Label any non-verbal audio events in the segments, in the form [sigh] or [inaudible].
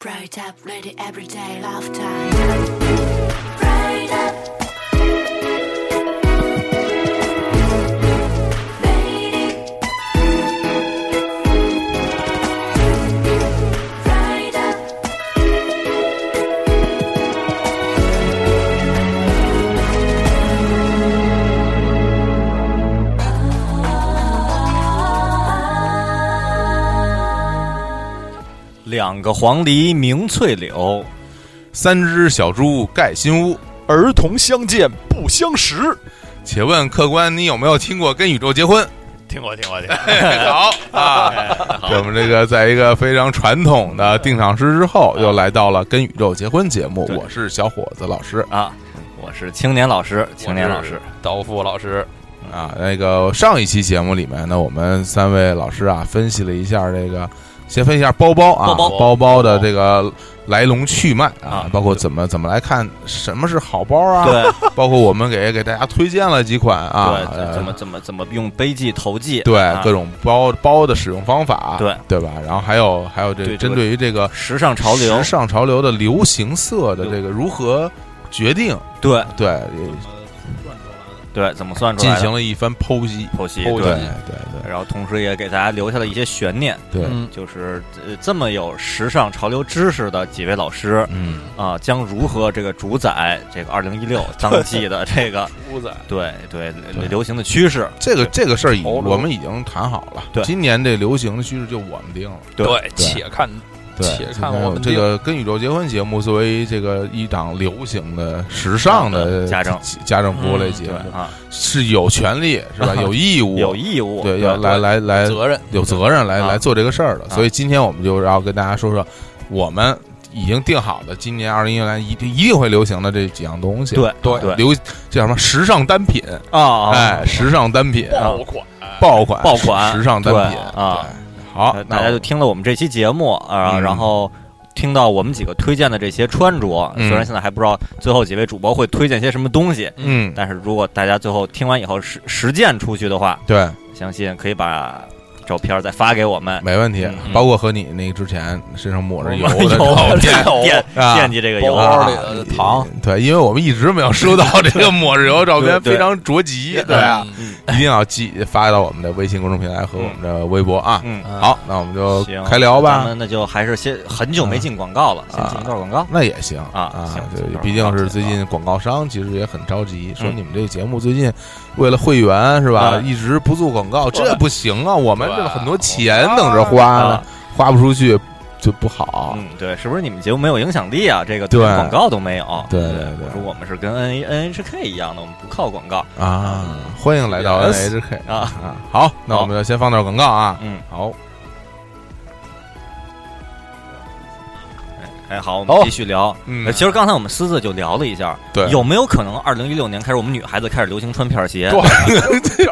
Bright up, ready every day, love time. Bright up. Lady. Bright up. 两个黄鹂鸣翠柳，三只小猪盖新屋。儿童相见不相识，且问客官，你有没有听过《跟宇宙结婚听过听过听过，》？哎好啊， [laughs] 我们这个在一个非常传统的定场诗之后，又来到了《跟宇宙结婚》节目。对我是小伙子老师啊，我是青年老师，青年老师，，刀夫老师，啊。那个上一期节目里面呢，我们三位老师啊，分析了一下这个，先分析一下包包啊，包包包包的这个来龙去脉啊啊，包括怎么怎么来看什么是好包啊，对包括我们给给大家推荐了几款啊，对，呃怎么怎么怎么用背记投记，对啊各种包包的使用方法，对对吧？然后还有还有对这这个针对于这个时尚潮流时，尚潮流的流行色的这个如何决定，对对，对，怎么算出进来的？行了一番剖析，剖析，对对，对然后同时也给大家留下了一些悬念，对对，嗯，就是呃这么有时尚潮流知识的几位老师嗯，啊，将如何这个主宰这个二零一 [laughs] 六当季的这个屋子对对对流行的趋势，这个这个事儿已潮流我们已经谈好了，对今年这流行的趋势就我们定了。对对，且看对，且看这个我们这定个《跟宇宙结婚》节目作为这个一档流行的、时尚的家政家政服务类嗯节对目，啊，是有权利是吧？有义务，有义务对，要来来来责任，有责任来啊来做这个事儿的。所以今天我们就要跟大家说说我们。已经定好的，今年二零一六年一定一定会流行的这几样东西，对对对流叫什么时尚单品，啊，哎，时尚单品，爆款，爆款，爆款时时尚单品对啊对好呃，哦那大家就听了我们这期节目啊、嗯然后听到我们几个推荐的这些穿着，嗯虽然现在还不知道最后几位主播会推荐些什么东西，嗯，但是如果大家最后听完以后实实践出去的话，对，相信可以把照片再发给我们。没问题嗯，嗯包括和你那个之前身上抹嗯着油我们有的照片这个 [laughs] 惦啊惦记这个油包啊里的糖，对，因为我们一直没有收到这个抹着油的照片，对对非常着急，对啊，嗯一定要记发到我们的微信公众平台和我们的微博啊。嗯，嗯，好，那我们就行，呃开聊咱吧。们那就还是先很久没进广告了，啊先进一段广告。那也行啊啊行，对行行毕竟是最近广告商其实也很着急，说你们这个节目最近为了会员是吧，嗯一直不做广告，这不行啊！我们对这很多钱啊等着花呢，花不出去就不好。嗯，对，是不是你们节目没有影响力啊？这个啊对广告都没有。对对对我说我们是跟 N N H K 一样的，我们不靠广告啊！欢迎来到 N Yes H K 啊。啊！好，那我们就先放段广告啊。嗯，好，哎，好，我们好继续聊。嗯呃其实刚才我们私自就聊了一下，对有没有可能二零一六年开始，我们女孩子开始流行穿片儿鞋？对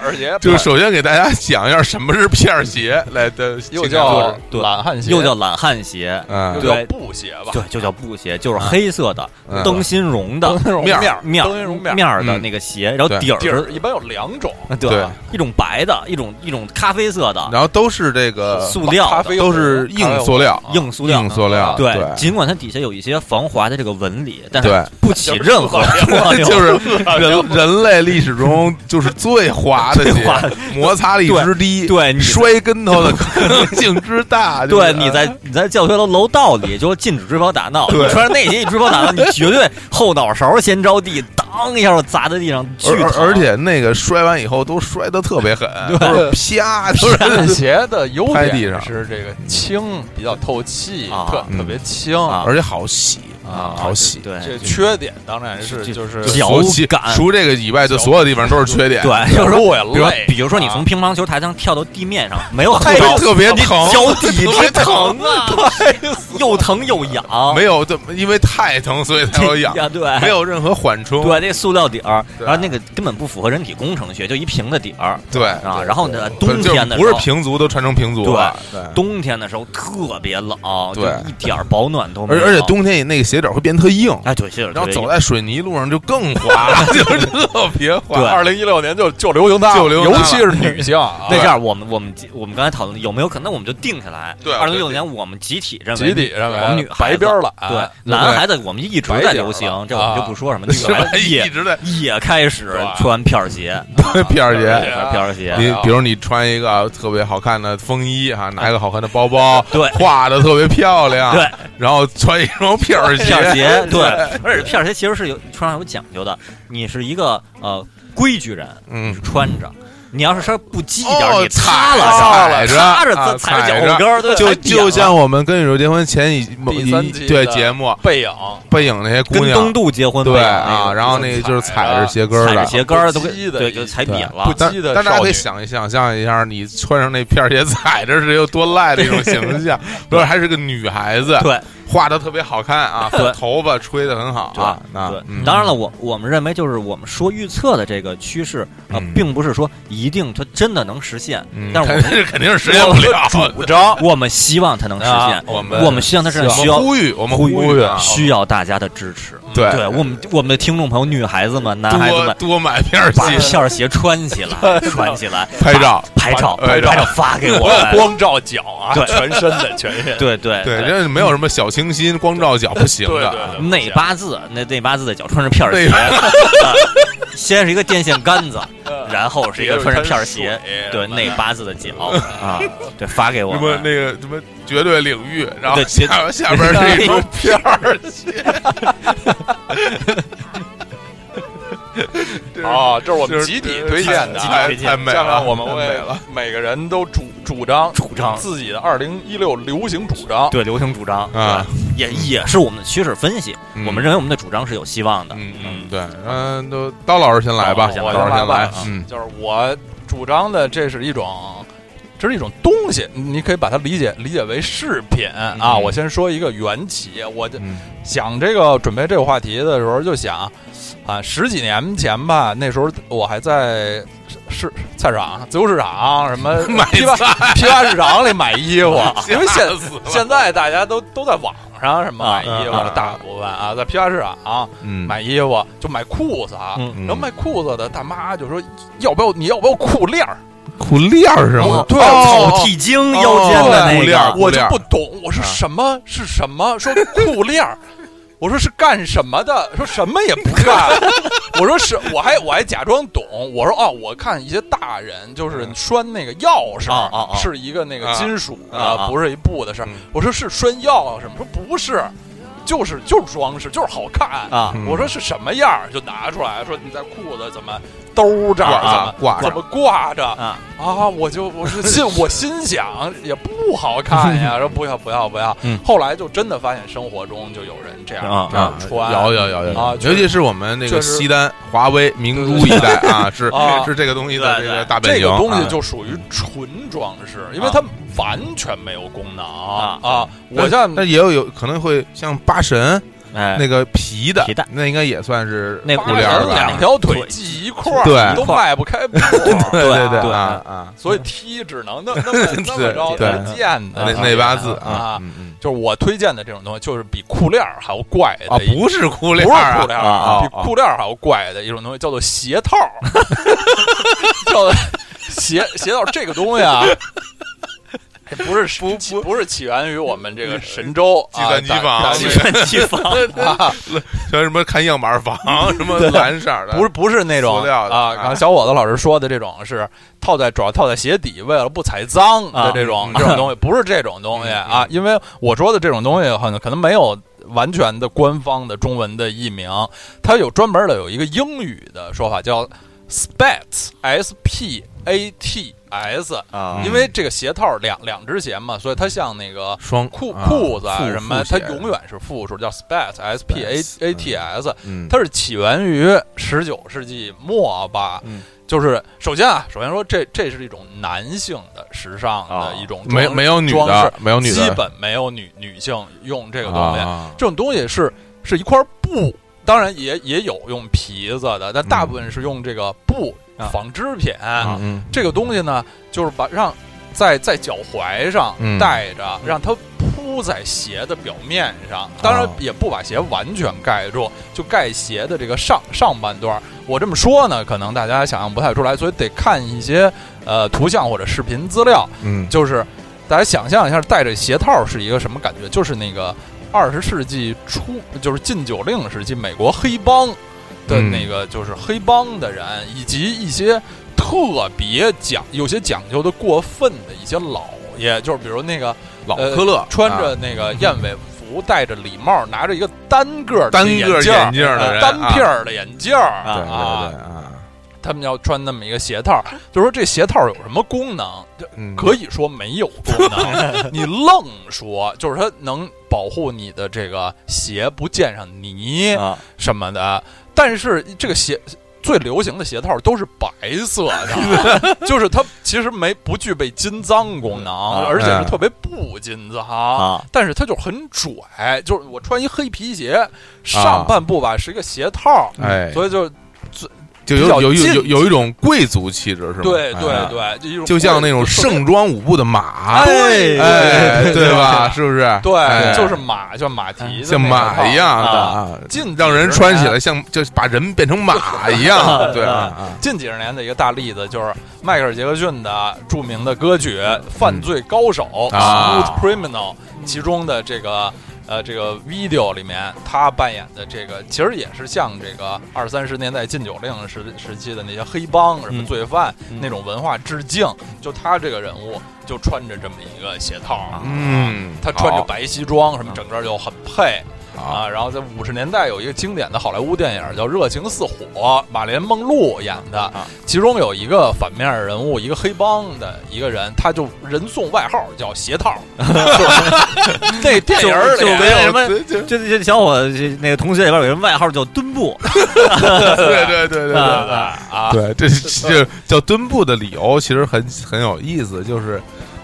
而且就是首先给大家讲一下什么是片儿鞋，来的又叫对懒汉鞋，又叫懒汉鞋，嗯又对叫布鞋吧，对，就叫布鞋，就是黑色的嗯灯芯绒的灯绒面嗯面儿面灯儿绒面儿面儿的那个鞋，然后对底儿底儿是一般有两种，对对，一种白的，一种一种咖啡色的然后都是这个塑料咖的啡都是硬塑料 [laughs] 啊硬塑料硬。塑料，对，对 [laughs] 尽管它底下有一些防滑的这个纹理，但对是不起任何作 [laughs] 用。 [laughs] 就是人人类历史中就是最滑的最滑鞋，摩擦力之低，对你摔跟头的可能性之大，就是 [laughs] 呃对，你在你在教学楼楼道里就禁止追跑打闹，你对穿着那鞋你追跑打闹，你绝对后脑勺先着地，当一下就砸在地上，巨而疼而而且那个摔完以后都摔得特别狠，都是啪， [laughs] 都这是，鞋的优拍地上点是这个轻，比较透气，啊特嗯特别轻啊哎而且好洗啊好洗。对这缺点当然是这就是脚所有其感除这个以外，就所有地方都是缺点。对，就是说，路也比如说累，比如说你从啊乒乓球台上跳到地面上，没有特很别高，特别你疼，脚底特别直疼啊， [laughs] 又疼又痒，没有这么，因为太疼，所以才有痒，呀，对，没有任何缓冲。对，那塑料底儿，对然后那个根本不符合人体工程学，就一平的底儿哎对啊。然后呢，不冬是天的就不时是候，平足都穿成平足了。对，冬天的时候特别冷，就对一点儿保暖都没而有。而且冬天那个鞋底儿会变特硬，哎，对，是，然后对走在水泥路上就更 [laughs] 滑，就是特别对滑。二零一六年就就流行它，就流行啊它尤其是女性 [laughs] 啊，那这样，我们我们集我们刚才讨论有没有可能，那我们就定下来。对二零对六年我们集体认为集体上面，我们女孩白子边儿了，啊对，男孩子我们一直在流行白点儿，了这我们就不说什么，女孩 [laughs] 吧？子一也直在 [laughs] 也开始穿片儿鞋，屁二对姐。啊片儿鞋你啊比如你穿一个特别好看的风衣啊，拿一个好看的包包，对画的特别漂亮，对，然后穿一双片儿片儿哎鞋，对，而且片儿鞋其实是有穿上有讲究的，你是一个呃规矩人，嗯是，穿着。你要是稍微不积一点儿，哦你擦了踩着擦啊着踩踩脚后跟儿，对就踩扁就了像我们跟宇宙结婚前一某第三一季对的节目背影，背影那些姑跟东娘，渡结婚对那个啊，然后那个就是踩着鞋跟踩儿着的，鞋跟儿都不给羁的对一给踩对扁不了，但羁的但大家少可以女想一想象一下，你穿上那片儿鞋踩着是有多赖的一种形象，不是还是个女孩子，对画的特别好看啊，对头发吹的很好对啊，那对嗯，当然了，我我们认为就是我们说预测的这个趋势啊嗯，并不是说一定它真的能实现嗯，但是我肯定们是肯定是实现不了的。主张我们希望它能实啊现，，我们我们希望它是我需们要呼吁，我们呼吁啊，需要大家的支持。对对我们我们的听众朋友，女孩子们、男孩子多们，多买片儿把鞋片儿鞋穿起来，穿起来， [laughs] 拍照。拍照拍拍照照发给我不要们。光照脚啊，对全身的全身，对对对，这没有什么小清新、光照脚不行对对的。对，内八八字，那内八字的脚穿着片儿鞋，内啊先是一个电线杆 [laughs] 子，然后是一个穿着片儿鞋，对内八字的 [laughs] 脚啊，对发给我什么们，那个什么绝对领域，然后对绝下下边 [laughs] 是一双片儿鞋， [laughs] 这是啊，这是我们就是集体推荐的集啊，体推荐太美将来了，我们太美了会。每个人都主主张主张自己的二零一六流行主张，对流行主张啊，对也也是我们的趋势分析，嗯我们认为我们的主张是有希望的，嗯嗯，对，嗯，都刀老师先来吧，刀刀啊我老先老师先吧来，，嗯，就是我主张的，这是一种，这是一种东西，你可以把它理解理解为饰品啊。嗯我先说一个缘起，我就嗯想这个准备这个话题的时候就想，啊，十几年前吧，那时候我还在市菜市场、自由市场什么 [laughs] 买批发批发市场里买衣服，因为现 [laughs] 吓死 [laughs] 了现在大家都都在网上什么买衣服啊啊啊了，大部分啊在批发市场、嗯，买衣服就买裤子啊。嗯嗯然后卖裤子的大妈就说：“要不要？你要不要裤链儿苦链儿是哦吗？对哦草剃精腰间的哦那裤链儿个，我就链儿不懂，我说什么、是什么？说裤链儿，我说是干什么的？说什么也不干。我说是，我还我还假装懂。我说啊，我看一些大人就是拴那个钥匙，啊啊啊是一个那个啊金属的，啊啊不是一布的事儿。嗯我说是拴钥匙吗？说不是，就是就是装饰，就是好看啊我说是什么样儿？就拿出来说你在裤子怎么兜这儿怎么挂挂怎上，么挂着啊啊？我就我说心我心想也不好看 [laughs] 呀，说不要不要不要嗯。后来就真的发现生活中就有人这样啊这样有穿有有有啊尤其是我们那个确实西单、华为、明珠一带啊，是 [laughs] 啊是这个东西的对这对个大本这营个啊。东西就属于纯装饰，因为它完全没有功能啊啊！但我像但也有有可能会像八神哎，那个皮的皮带，那应该也算是那裤八链儿人裤链儿吧两？条腿系一块儿，对都迈不开步。对对对对啊啊，所以踢只能那 [laughs] 那么那么对着才见的那啊那八字啊嗯嗯就是我推荐的这种东西，就是比裤链儿还要怪的啊，一不是裤链不是儿裤啊链儿哦啊比裤链儿还要怪的一种东西，叫做鞋套儿， [laughs] 叫做鞋鞋套儿这个东西啊。 [laughs] 哎不是不不不是起源于我们这个神州计算机房啊咱计咱算机房 [laughs] 啊像什么看样板房，什么蓝色儿的，不是不是那种塑料的啊，啊刚才小伙子老师说的这种是套在主要套在鞋底，为了不踩脏的啊这种、嗯这种东西，不是这种东西嗯啊，因为我说的这种东西很可能没有完全的官方的中文的译名，它有专门的有一个英语的说法叫 spats s p a t s，啊嗯因为这个鞋套两两只鞋嘛，所以它像那个双裤啊裤子啊复什复么，它写永远是复数，叫 spats s p a a t s，嗯它是起源于十九世纪末吧，嗯就是首先啊，首先说这这是一种男性的时尚的啊一种装饰、没没有女装饰的，，没有女的，基本没有女女性用这个东西。啊这种东西是是一块布，当然也也有用皮子的，但大部分是用这个布、啊纺织品。嗯嗯这个东西呢，就是把让在在脚踝上嗯带着，让它铺在鞋的表面上。当然哦也不把鞋完全盖住，就盖鞋的这个上上半段儿。我这么说呢，可能大家想象不太出来，所以得看一些呃图像或者视频资料，嗯就是。大家想象一下，戴着鞋套是一个什么感觉？就是那个二十世纪初，就是禁酒令时期，美国黑帮的嗯那个，就是黑帮的人，以及一些特别讲有些讲究的过分的一些老爷，就是比如那个老呃科勒穿啊着那个燕尾服，戴着礼帽，拿着一个单个儿的呃单个镜儿眼镜儿的呃人单啊片儿的眼镜儿啊对对啊对，啊，他们要穿那么一个鞋套，就说这鞋套有什么功能？这嗯可以说没有 [laughs] 功能，你愣说就是它能保护你的这个鞋不溅上泥啊，什么的，但是这个鞋。最流行的鞋套都是白色 [laughs] 的，就是它其实没不具备金脏功能，啊而且是嗯特别不金脏啊但是它就很拽，就是我穿一黑皮鞋，上半部吧是一个鞋套，啊哎所以就就比较有有近有有有一种贵族气质是吗？对哎对对，就一种就像那种特别盛装舞步的马，对哎，对吧？对是不是？哎对，就是马，像马蹄子，像马一。样的啊，近让人几十穿起年来像就是把人变成 [laughs] 马一样，对啊，啊近几十年的一个大例子就是迈克尔·杰克逊的著名的歌曲《犯罪高手》嗯啊 （Smooth Criminal） 其中的这个呃这个 video 里面，他扮演的这个其实也是像这个二三十年代禁酒令时时期的那些黑帮什么嗯罪犯嗯那种文化致敬。就他这个人物就穿着这么一个鞋套，嗯，他穿着好啊白西装什么，嗯整个就很配。好啊，然后在五十年代有一个经典的好莱坞电影叫《热情似火》，马莲梦露演的啊，其中有一个反面人物，一个黑帮的一个人，他就人送外号叫 [laughs] 鞋套，就是那电影儿就没有里什么，这这小伙这那个同学里边有人外号叫墩布，对对对对对。啊啊，对，这这叫蹲步的理由其实很很有意思，就是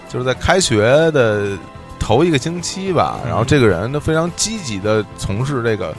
就是在开学的头一个星期吧，然后这个人呢非常积极的从事这个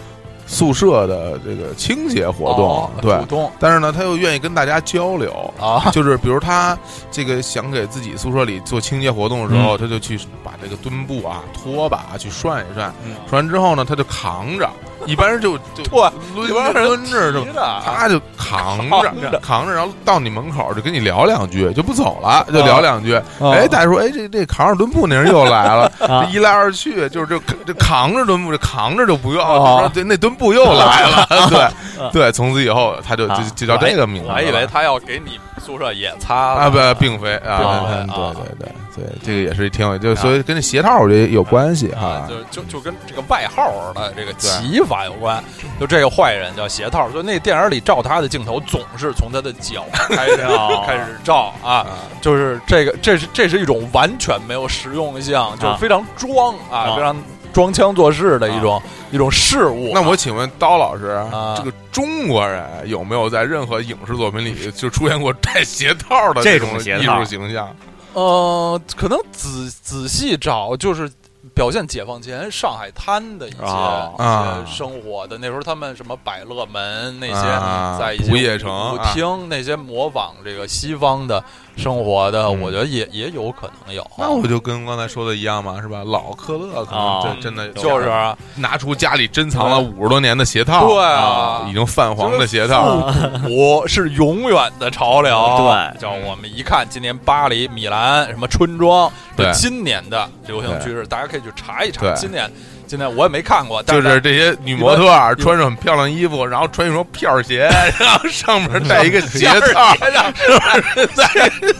宿舍的这个清洁活动，哦对主，动但是呢他又愿意跟大家交流。啊，就是比如他这个想给自己宿舍里做清洁活动的时候，他就去把这个墩布啊、拖把啊去涮一涮，嗯涮完之后呢，他就扛着，一般人就就对，抡一般人抡着就提的，他就扛着扛着，然后到你门口就跟你聊两句，就不走啊了，就聊两句。哎，大家说，哎，这这扛着墩布那人又来了，啊这一来二去就是这这扛着墩布，这扛着就不要，哦就啊说对，那墩布又来了， [laughs] 对嗯对，从此以后他就就啊就叫这个名字我了。还以为他要给你宿舍也擦啊，了不，并非啊，并嗯非对啊对对对，这个也是挺有，就所以跟这鞋套我觉得有关系啊哈，。就就就跟这个外号的这个起法有关。就这个坏人叫鞋套，就那电影里照他的镜头总是从他的脚开始哦 [laughs] 开始照啊，就是这个这是这是一种完全没有实用性，就是非常装啊，啊非常装腔作势的一种一种事物。那我请问刀老师，啊这个中国人有没有在任何影视作品里就出现过戴鞋套的这种种鞋艺套术形象？呃，可能仔仔细找就是。表现解放前上海滩的一些、哦啊一些生活的，那时候他们什么百乐门那些，啊在一些不夜城舞啊厅那些模仿这个西方的生活的，嗯我觉得也也有可能有。那我就跟刚才说的一样嘛，是吧？老科勒可能啊这真的哦就是啊 [laughs] 拿出家里珍藏了五十多年的鞋套，对啊已经泛黄的鞋套，我是永远的潮流，哦对叫我们一看今年巴黎、米兰什么春装，对这今年的流行趋势，大家可以去查一查。对今年，今年我也没看过，但就是这些女模特儿穿着很漂亮衣服，然后穿一双片鞋，然后上面带一个鞋套，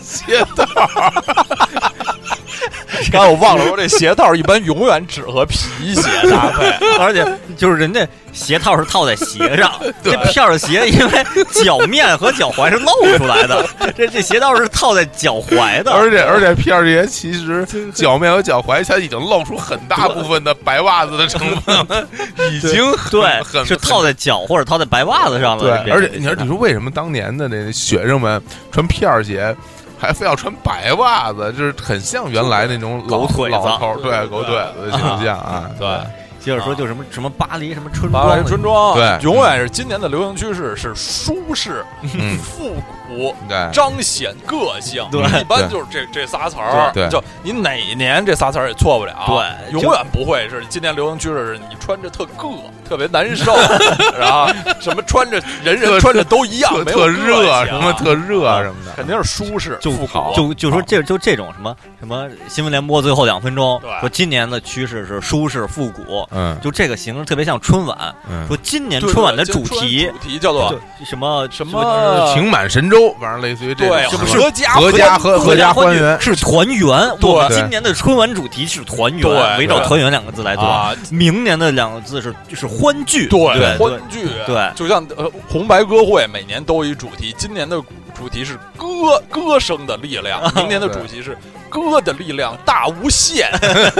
鞋套刚才我忘了说，这鞋套一般永远只和皮鞋搭配。而且就是人家鞋套是套在鞋上，这片儿鞋因为脚面和脚踝是露出来的，这这鞋套是套在脚踝的， [laughs] 而且而且片儿鞋其实脚面和脚踝它已经露出很大部分的白袜子的成分了，已经很对很是套在脚或者套在白袜子上很对了。，而且你说你说为什么当年的那学生们穿片儿鞋？还非要穿白袜子，就是很像原来那种老狗腿子老头儿对对狗腿子的形象啊！对，接着说，啊就什么什么巴黎什么春巴光黎的春装，对永远是今年的流行趋势是舒 [laughs] 适、嗯，复古、对，彰显个性。对一般就是这这仨词儿，对对就你哪年这仨词儿也错不了，对永远不会是今年流行趋势是你穿着特硌，特别难 [laughs] 受，然后什么穿着人人特穿着都一样，特没特有个热性什么特热啊什么的，肯定是舒适、就复啊古，就就说这就这种什么什么新闻联播最后两分钟对，说今年的趋势是舒适复古，嗯就这个形式特别像春晚，嗯，说今年对对春晚的就主春晚题主题叫做就什么什就是么情满神州，反正类似于这种对是吧合家合家合合家欢园园是团圆，对我们今年的春晚主题是团圆，对围绕“团圆”两个字来做。啊，明年的两个字是是欢聚，对对欢聚，对就像呃红白歌会每年都有一主题，今年的主题是歌歌声的力 [laughs] 量，明年的主题是歌的力量大 [laughs] 无限，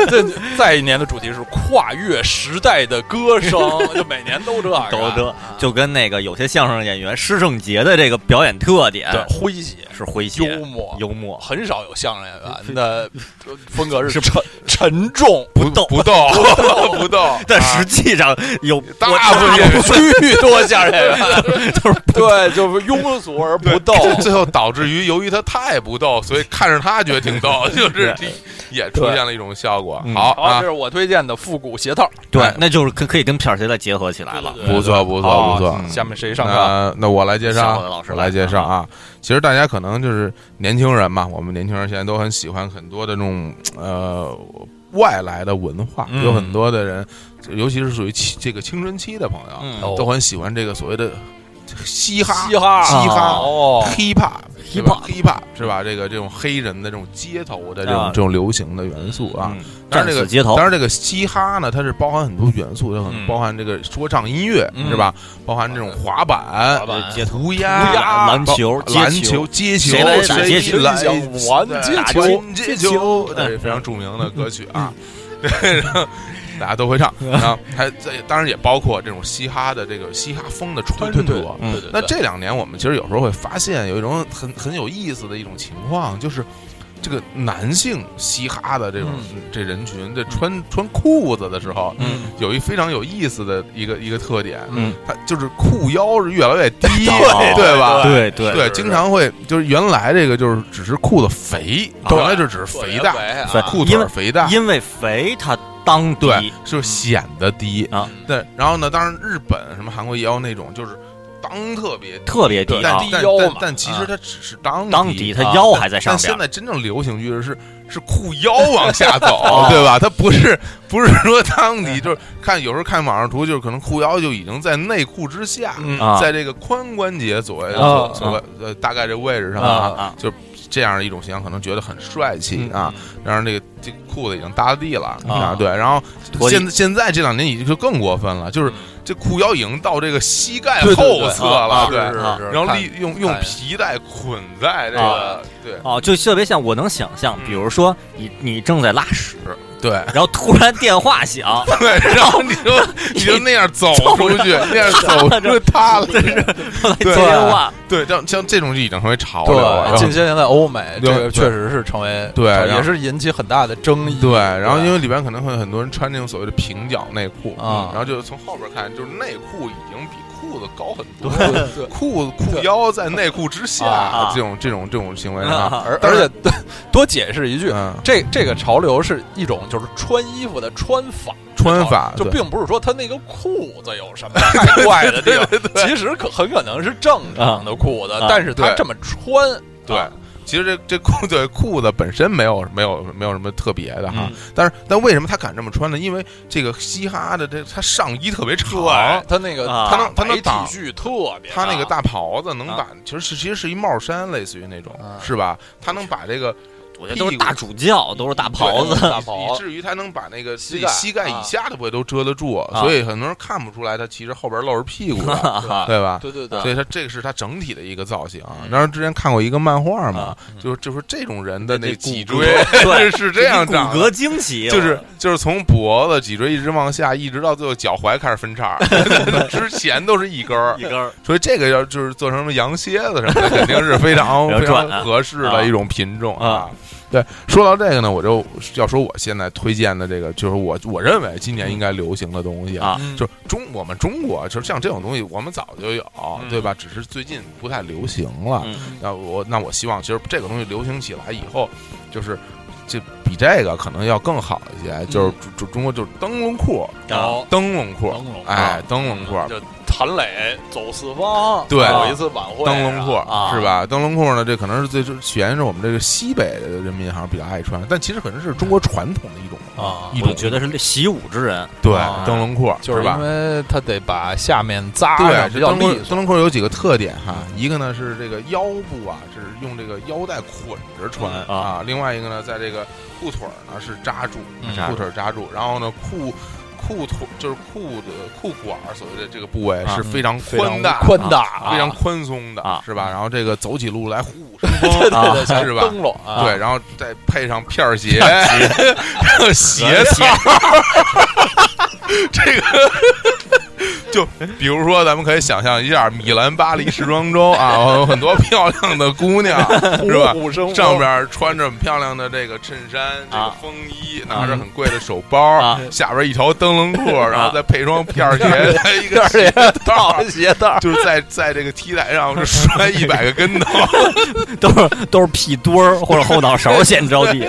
这再一年的主题是跨越时代的歌声，就每年都这样，啊 [laughs] 都这就跟那个有些相声演员施正杰的这个表演特点对诙谐是诙幽谐、默。哎幽默，很少有相声演 [laughs] 员的风格是沉沉重，不逗不逗不逗， [laughs] 啊但实际上有大我啊部分也巨多相声演啊员都是对， [laughs] 就是庸俗而不逗，这 [laughs] 最后导致于由于他太不逗，所以看着他觉得挺 [laughs] 逗，就是也出现了一种效果嗯。好好，啊这，是我推荐的复古鞋套。对，那就是可可以跟片儿鞋再结合起来了。对对对不错不错不错。哦下面谁上场？那那我来介嗯下绍我的老，师我来来介绍啊啊。其实大家可能就是年轻人嘛，我们年轻人现在都很喜欢很多的这种呃外来的文化，嗯有很多的人，尤其是属于青这个青春期的朋友，嗯哦都很喜欢这个所谓的嘻哈、嘻哈，嘻哈哦， hiphop Hip hop hiphop 是吧？这个这种黑人的这种街头的这种啊这种流行的元素啊。嗯，当战然这死个街头当，然这个嘻哈呢，它是包含很多元素，它可能嗯包含这个说唱音乐嗯是吧？包含这种滑板呃滑、板街头涂涂鸦鸦、篮球、篮街球、街球，谁来打谁街球来谁想玩对街打球进街街球球，对，非常著名的歌曲啊。对， [laughs] 然后大家都会唱，然后还这当然也包括这种嘻哈的这个嘻哈风的穿着。嗯对对对那这两年我们其实有时候会发现有一种很很有意思的一种情况，就是这个男性嘻哈的这种、嗯这人群，这穿穿裤子的时候，嗯，有一非常有意思的一个一个特点，嗯，它就是裤腰是越来越低， [laughs] 对吧？对对对，经常会就是原来这个就是只是裤子肥，对原来就只是肥大，啊对裤因腿为肥大，因为肥它当地对，就显得低啊对，然后呢，当然日本什么韩国也有那种就是裆特别低。特别低但啊低，但腰但嘛啊但其实它只是当当地啊地它腰还在上但现边。在真正流行趋势是是裤腰往下走 [laughs] 哦，对吧？它不是不是说当地就是看有时候看网上图，就是可能裤腰就已经在内裤之下，嗯啊哦在这个髋关节所谓的啊所所谓呃大概这位置上啊啊啊，就是这样的一种形象，可能觉得很帅气嗯啊。当然，这个这个裤子已经搭地了啊对。然后脱力现现在这两年已经就更过分了，嗯就是这裤腰已经到这个膝盖对对对后侧啊了，是对。是啊是，然后看利用用看皮带捆在这啊个，对哦，就特别像我能想象，比如说你你正在拉屎，对然后突然电话响， [laughs] 对，然后你 [laughs] 就你就那样走出 [laughs] 去，那样走着出去塌了，来接电话，对，像像这种就已经成为潮流了。啊然对，后啊近些年在欧美，这对个对确实是成为对然后也是引起很大的争议。对，然后因为里边可能会很多人穿那种所谓的平角内裤嗯啊然后就从后边看，就是内裤已经比裤子高很多，对对裤子裤腰在内裤之下，啊这种这种这种行为啊啊，而当而然且多解释一句，嗯，这这个潮流是一种就是穿衣服的穿法，穿法就对并不是说他那个裤子有什 [laughs] 么太怪的地方，其实可很可能是正常的裤子啊，但是他对这么穿，对啊其实这这裤对裤子本身没有没有没有什么特别的哈，嗯但是但为什么他敢这么穿呢？因为这个嘻哈的这他上衣特别长，对，他那个啊大他能他能白 T 挡恤特别他那个大大袍子能啊把，其实是其实是一帽衫，类似于那种啊，是吧？他能把这个我觉得都是大主教，都是大袍子，对大以袍子至于他能把那个膝膝盖膝盖以下的部位都遮得住，啊所以很多人看不出来他其实后边露着屁股的，啊对吧？对对对，所以他这个是他整体的一个造型。当然之前看过一个漫画嘛啊，就是就说这种人的这那骨脊骼椎 [laughs] 对是是这样骨长的骼。惊奇，就是就是从脖子、脊椎一直往下，一直到最后脚踝开始分叉， [laughs] 之前都是一根儿一，根儿所以这个要就是做成什么羊蝎子什么的，肯定是非常 [laughs] 比较非赚啊常合适的一种品种啊。对，说到这个呢，我就要说我现在推荐的这个，就是我我认为今年应该流行的东西啊嗯就是中我们中国，就是像这种东西，我们早就有，嗯对吧？只是最近不太流行了。嗯那我那我希望，其实这个东西流行起来以后，就是就比这个可能要更好一嗯些。就是中中中国就是灯笼裤，啊，灯笼裤，灯笼裤啊哎，灯笼裤。就谭磊走四方，对有一次晚会啊，灯笼裤、啊是吧？灯笼裤呢，这可能是最就起源是我们这个西北的人民好像比较爱穿，但其实可能是中国传统的一种啊一我种觉得是习武之人，对啊灯笼裤，就是吧因？为他得把下面扎对，上，这比较灯利笼索灯笼裤有几个特点哈，一个呢是这个腰部啊是用这个腰带捆着穿嗯啊啊，另外一个呢在这个裤腿儿呢是扎住嗯，裤腿儿扎住，然后呢裤裤腿就是裤子裤管儿所谓的这个部位啊是非常非常宽大、宽大，非常宽松的啊，是吧？然后这个走起路来虎虎 [laughs] 生对风 [laughs] 对对，啊像是吧灯笼啊，对，然后再配上片儿鞋，鞋套，这个 [laughs] 就比如说，咱们可以想象一下，米兰、巴黎时装周 [laughs] 啊，有很多漂亮的姑娘，是吧？虎生风上边穿着很漂亮的这个衬衫、这个啊风衣，拿着很贵的手包啊，下边一条灯笼裤，然后再配双片儿鞋，再一个这鞋也 [laughs] 套。鞋带儿，就是在在这个 T 台上是摔一百个跟头， [laughs] 都是都是屁墩儿或者后脑 [laughs] 勺先着地，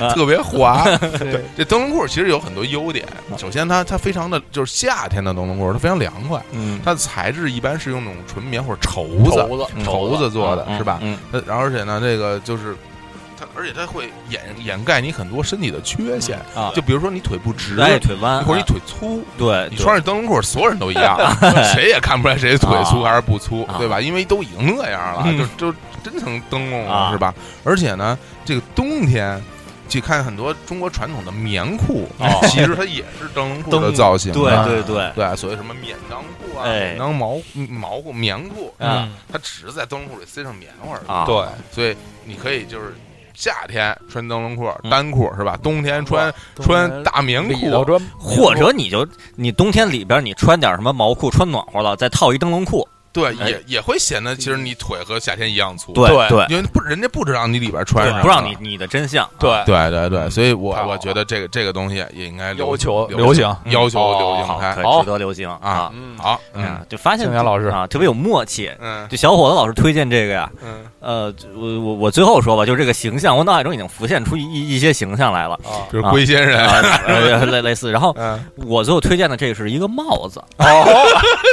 啊特别滑。对，这灯笼裤其实有很多优点，首先它它非常的就是夏天的灯笼裤，它非常凉快，嗯，它的材质一般是用那种纯棉或者绸子头子绸子做的是吧？嗯，呃然后而且呢，这个就是它，而且它会掩掩盖你很多身体的缺陷，啊，就比如说你腿不直，哎，腿弯，或者你啊腿粗，对，你对穿着灯笼裤，所有人都 [laughs] 一样，谁也看不出来谁腿粗还是不粗，啊对吧？因为都已经那样了，嗯就就真成灯笼了，啊是吧？而且呢，这个冬天。去看很多中国传统的棉裤，哦其实它也是灯笼裤灯的笼造型对啊。对对，对，所谓什么免裆裤啊、哎免裆毛毛裤、棉裤，啊嗯，它只是在灯笼裤里塞上棉花而已。啊，对，所以你可以就是夏天穿灯笼裤、嗯单裤是吧？冬天穿穿大棉里裤头，穿，或者你就你冬天里边你穿点什么毛裤，穿暖和了，再套一灯笼裤，对，哎也也会显得其实你腿和夏天一样粗，对对因为不人家不知道你里边穿什么，对，不让你。嗯你的真相，啊对，对对对，所以我太好了我觉得这个这个东西也应该流要求流流行，嗯要求流哦行好，可开。以值得流行啊。嗯，好，哎嗯呀就发现青年老师啊，特别有默契。嗯就小伙子老师推荐这个呀，嗯，呃，我我我最后说吧，就是这个形象，我脑海中已经浮现出一一些形象来了，啊，就是龟仙人，啊， [laughs] 呃类类似。然后嗯，我最后推荐的这个是一个帽子，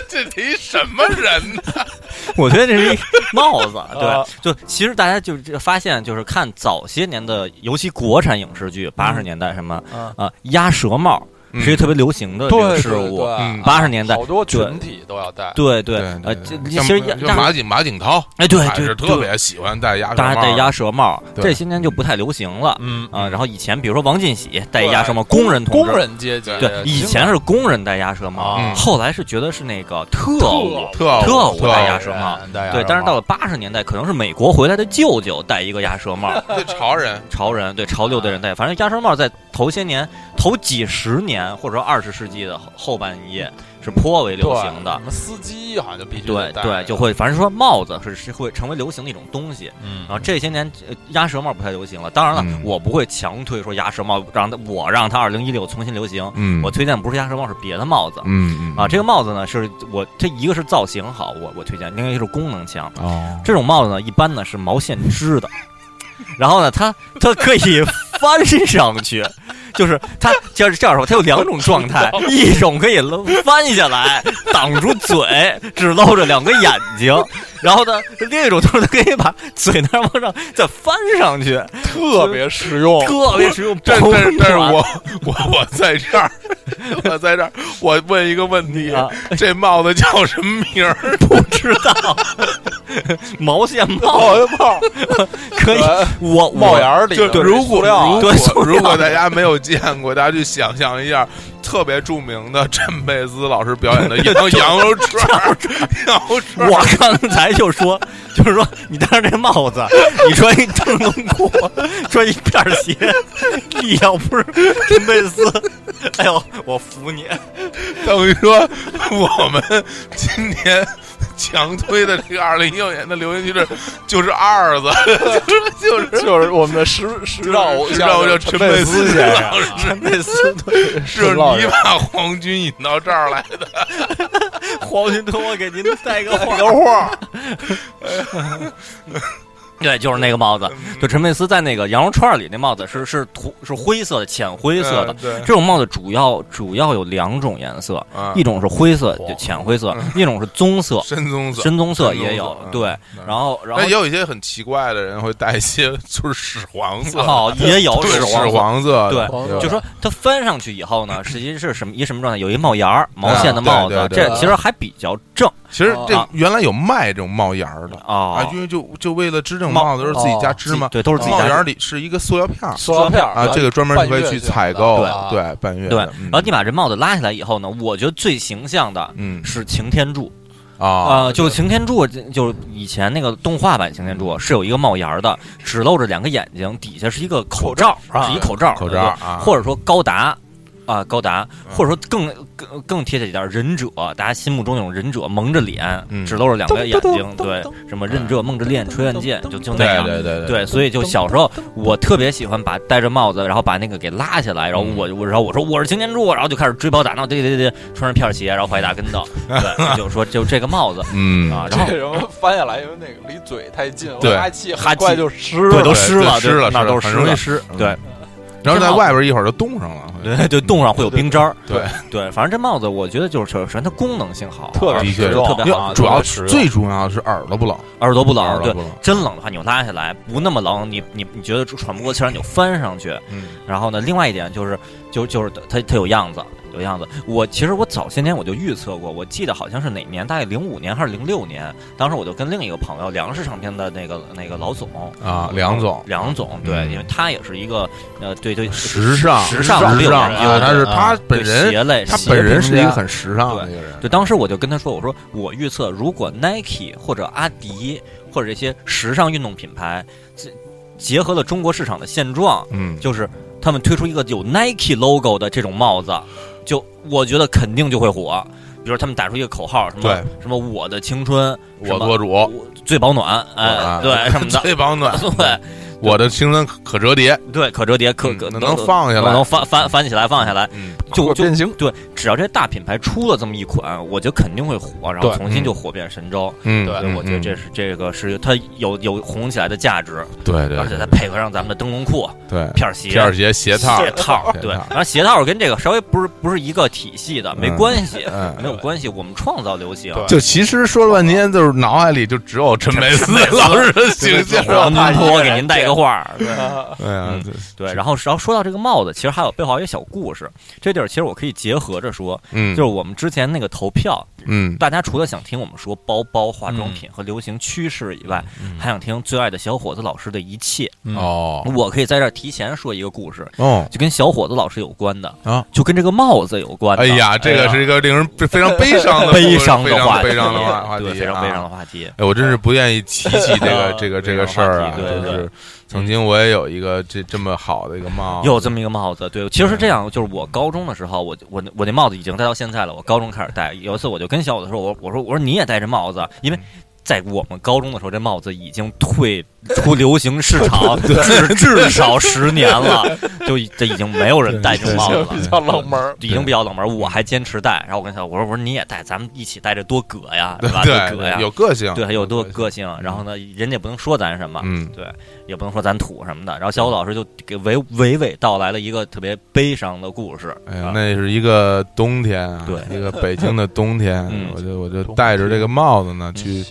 这提什么人呢？ [laughs] 我觉得这是一帽子，对，就其实大家就是这个发现，就是看早些年的，尤其国产影视剧，八十年代什么嗯啊，鸭舌帽嗯是一个特别流行的这个对，事对物对，嗯八十年代好，多群体都要戴，对对，呃，对这对，其实像鸭就鸭马景马景涛，哎对还对是特对，别喜欢戴鸭舌大帽，家戴鸭舌帽，对这些年就不太流行了嗯啊。然后以前比如说王进喜戴对鸭舌帽，工人同工志。人阶级，对，以前是工人戴鸭舌帽，嗯后来是觉得是那个特特务务，特特务务戴鸭舌，舌帽，戴鸭舌帽，对，但是到了八十年代，可能是美国回来的舅舅戴一个鸭舌帽，对潮人，潮人对潮流的人戴，反正鸭舌帽在头些年、头几十年或者说二十世纪的后后半叶是颇为流行对的什。么司机好像就必须对得戴对，就会，反正说帽子是是会成为流行的一种东西。嗯然后这些年呃鸭舌帽不太流行了，当然了，嗯我不会强推说鸭舌帽让它我让它二零一六重新流行。嗯我推荐不是鸭舌帽，是别的帽子。嗯啊，这个帽子呢，是我它一个是造型好，我我推荐，另一个是功能强。哦，这种帽子呢，一般呢是毛线织的，然后呢，它它可以翻上去，就是它就是这样说，它有两种状 [laughs] 态，哦一种可以搂翻下来挡住嘴，只露着两个眼睛，然后呢，另一种就是它可以把嘴那儿往上再翻上去，特别哦实用，特别实用。 [laughs] 但保但是但是暖我我我在这儿，我在这儿，我问一个问题啊，这帽子叫什么名儿？ [laughs] 不知道毛线帽帽帽可以，我哦帽檐我儿里就头如果塑料啊如对塑果料啊如果大家没有见过，大家去想象一下，特别著名的陈佩斯老师表 [laughs] 演的羊羊肉串儿， [laughs] 羊肉串儿，我刚才就说， [laughs] 就是说，你戴上这帽子， [laughs] 你穿一灯笼裤， [laughs] 穿一片儿鞋，你要不是陈佩斯， [laughs] 哎 [laughs] 呦，我服你！等于说我们今天强推的这个二零一六年的流行趋势就是二子， [laughs] 就是就是就是我们的时时尚偶知道像叫陈佩斯先 [laughs] 生老师，陈佩斯对是你把皇军引到这儿来的。黄云通，我给您带个话。个话。 [laughs] 对，就是那个帽子，嗯就陈佩斯在那个羊肉串里那帽子是是土是灰色的，浅灰色的。嗯对这种帽子主要主要有两种颜色，啊嗯一种是灰色，就哇浅灰色；一种是棕色，深棕色，深棕色深棕也有色。嗯对，然后然后那也有一些很奇怪的人会带一些就是屎黄色，哦也有对，屎屎黄色。黄色的，对，对就说它翻上去以后 [laughs] 呢，实际是什么一什么状态？有一帽檐儿、毛线的嗯帽对子，对对这其实还比较正其实这啊原来有卖这种帽檐儿的啊啊，。因为就就为了织这种帽帽子，都是自己家自织己嘛。对，都是自己帽家檐织儿里是一个塑料片儿塑料片儿啊，这个专门你可以去采购半月形，的对，半月对的，嗯然后你把这帽子拉下来以后呢，我觉得最形象的嗯是擎天柱啊啊、呃就擎天柱，就是以前那个动画版擎天柱是有一个帽檐儿的，只露着两个眼睛，底下是一个口罩，啊是一口罩，口对对罩啊，嗯或者说高达。啊，高达，或者说更更更贴切一点，忍者，大家心目中那种忍者，蒙着脸嗯，只露着两个眼咚睛，咚咚对咚，什么忍者梦之恋、吹暗箭，就就那对样，对对对，所以就小时候我特别喜欢把戴着帽子，然后把那个给拉下来，然后我嗯我然后我说我是擎天柱，然后就开始追跑打闹，对对对，对穿上片儿鞋，然后怀大跟 [laughs] 头，对，就说就这个帽子嗯啊，然后这什么翻下来，因为那个离嘴太近，我对哈气哈很快气就湿对了。都湿了湿了，对那儿都很湿容易了湿，对嗯。然后在这帽子外边一会儿就冻上了，对对冻上会有冰渣儿，对对，反正这帽子我觉得就是首先它功能性好，特嗯的别确实是就用特别好因为，主要特别实用最重要的是耳朵不冷，耳朵不冷，耳朵对不。冷，真冷的话，你就拉下来；不那么冷，你你你觉得喘不过气儿，你就翻上去。嗯然后呢，另外一点就是，就就是它它有样子，有样子。我其实我早些年我就预测过，我记得好像是哪年，大概零五年还是零六年，当时我就跟另一个朋友，粮食唱片的那个那个老总啊，梁总，梁总，对，嗯因为他也是一个呃，对对，时尚，时尚尚，时六尚人对啊，他是他本对人，鞋类，他鞋本人是一个家很时尚的一个人，对，当时我就跟他说：“我说我预测，如果 Nike 或者阿迪或者这些时尚运动品牌，结结合了中国市场的现状，嗯，就是他们推出一个有 Nike logo 的这种帽子，就我觉得肯定就会火。比如他们打出一个口号，什么对什么我的青春，我做主，我最保暖，啊哎， [laughs] 对什么的，最 [laughs] 保暖，对我的青春可可折叠，对，可折叠，可嗯可能能放下来能翻翻翻起来，放下来。”嗯，就火就变形对，只要这大品牌出了这么一款，我觉得肯定会火，然后对重新嗯就火遍神州。嗯对，我觉得这是是这个是它有有红起来的价值，对对，而且它配合上咱们的灯笼裤、嗯对片儿鞋、片儿鞋鞋套，鞋套，鞋对，套然后鞋套跟这个稍微不是不是一个体系的，没嗯关系，嗯没有关系，我们创造流行。对就其实说了半天，就是脑海里就只有陈佩斯老师的形象。然后宁波给您带个话儿，对 [laughs] 啊哎呀嗯，对，然后然后说到这个帽子，其实还有背后还有一个小故事，这地儿其实我可以结合着说，嗯，就是我们之前那个投票，嗯，大家除了想听我们说包包、化妆品和流行趋势以外，嗯还想听最爱的小伙子老师的一切。哦我可以在这儿提前说一个故事，哦，就跟小伙子老师有关的啊，就跟这个帽子有关的。哎哎呀，这个是一个令人非常悲伤的悲伤非常话题，悲伤的话话题 [laughs] 对，啊，非常悲伤的话题。哎，我真是不愿意提起这个 [laughs] 这个这个事儿啊，没有话题就对是曾经我也有一个这这么好的一个嗯帽子，有这么一个帽子，对，其实是这样，就是我高中的时候，我我我那帽子已经戴到现在了。我高中开始戴，有一次我就跟小伙子说，我我说我说你也戴这帽子，因为嗯在我们高中的时候，这帽子已经退 [laughs] 出流行市 [laughs] 场至至少十年了，就已这已经没有人戴这种帽子了比。较冷门儿。已经比较冷门，我还坚持戴。然后我跟小伙我说：“我说你也戴，咱们一起戴着多葛呀，对吧？多葛呀对，，有个性，对，还有多个性。然后呢，人家也不能说咱什么，啊嗯对，也不能说咱土什么的。然后小虎老师就给娓娓娓道来了一个特别悲伤的故事。嗯哎呀啊，那是一个冬天啊，对一个北京的冬天， [laughs] 嗯我就我就戴着这个帽子呢去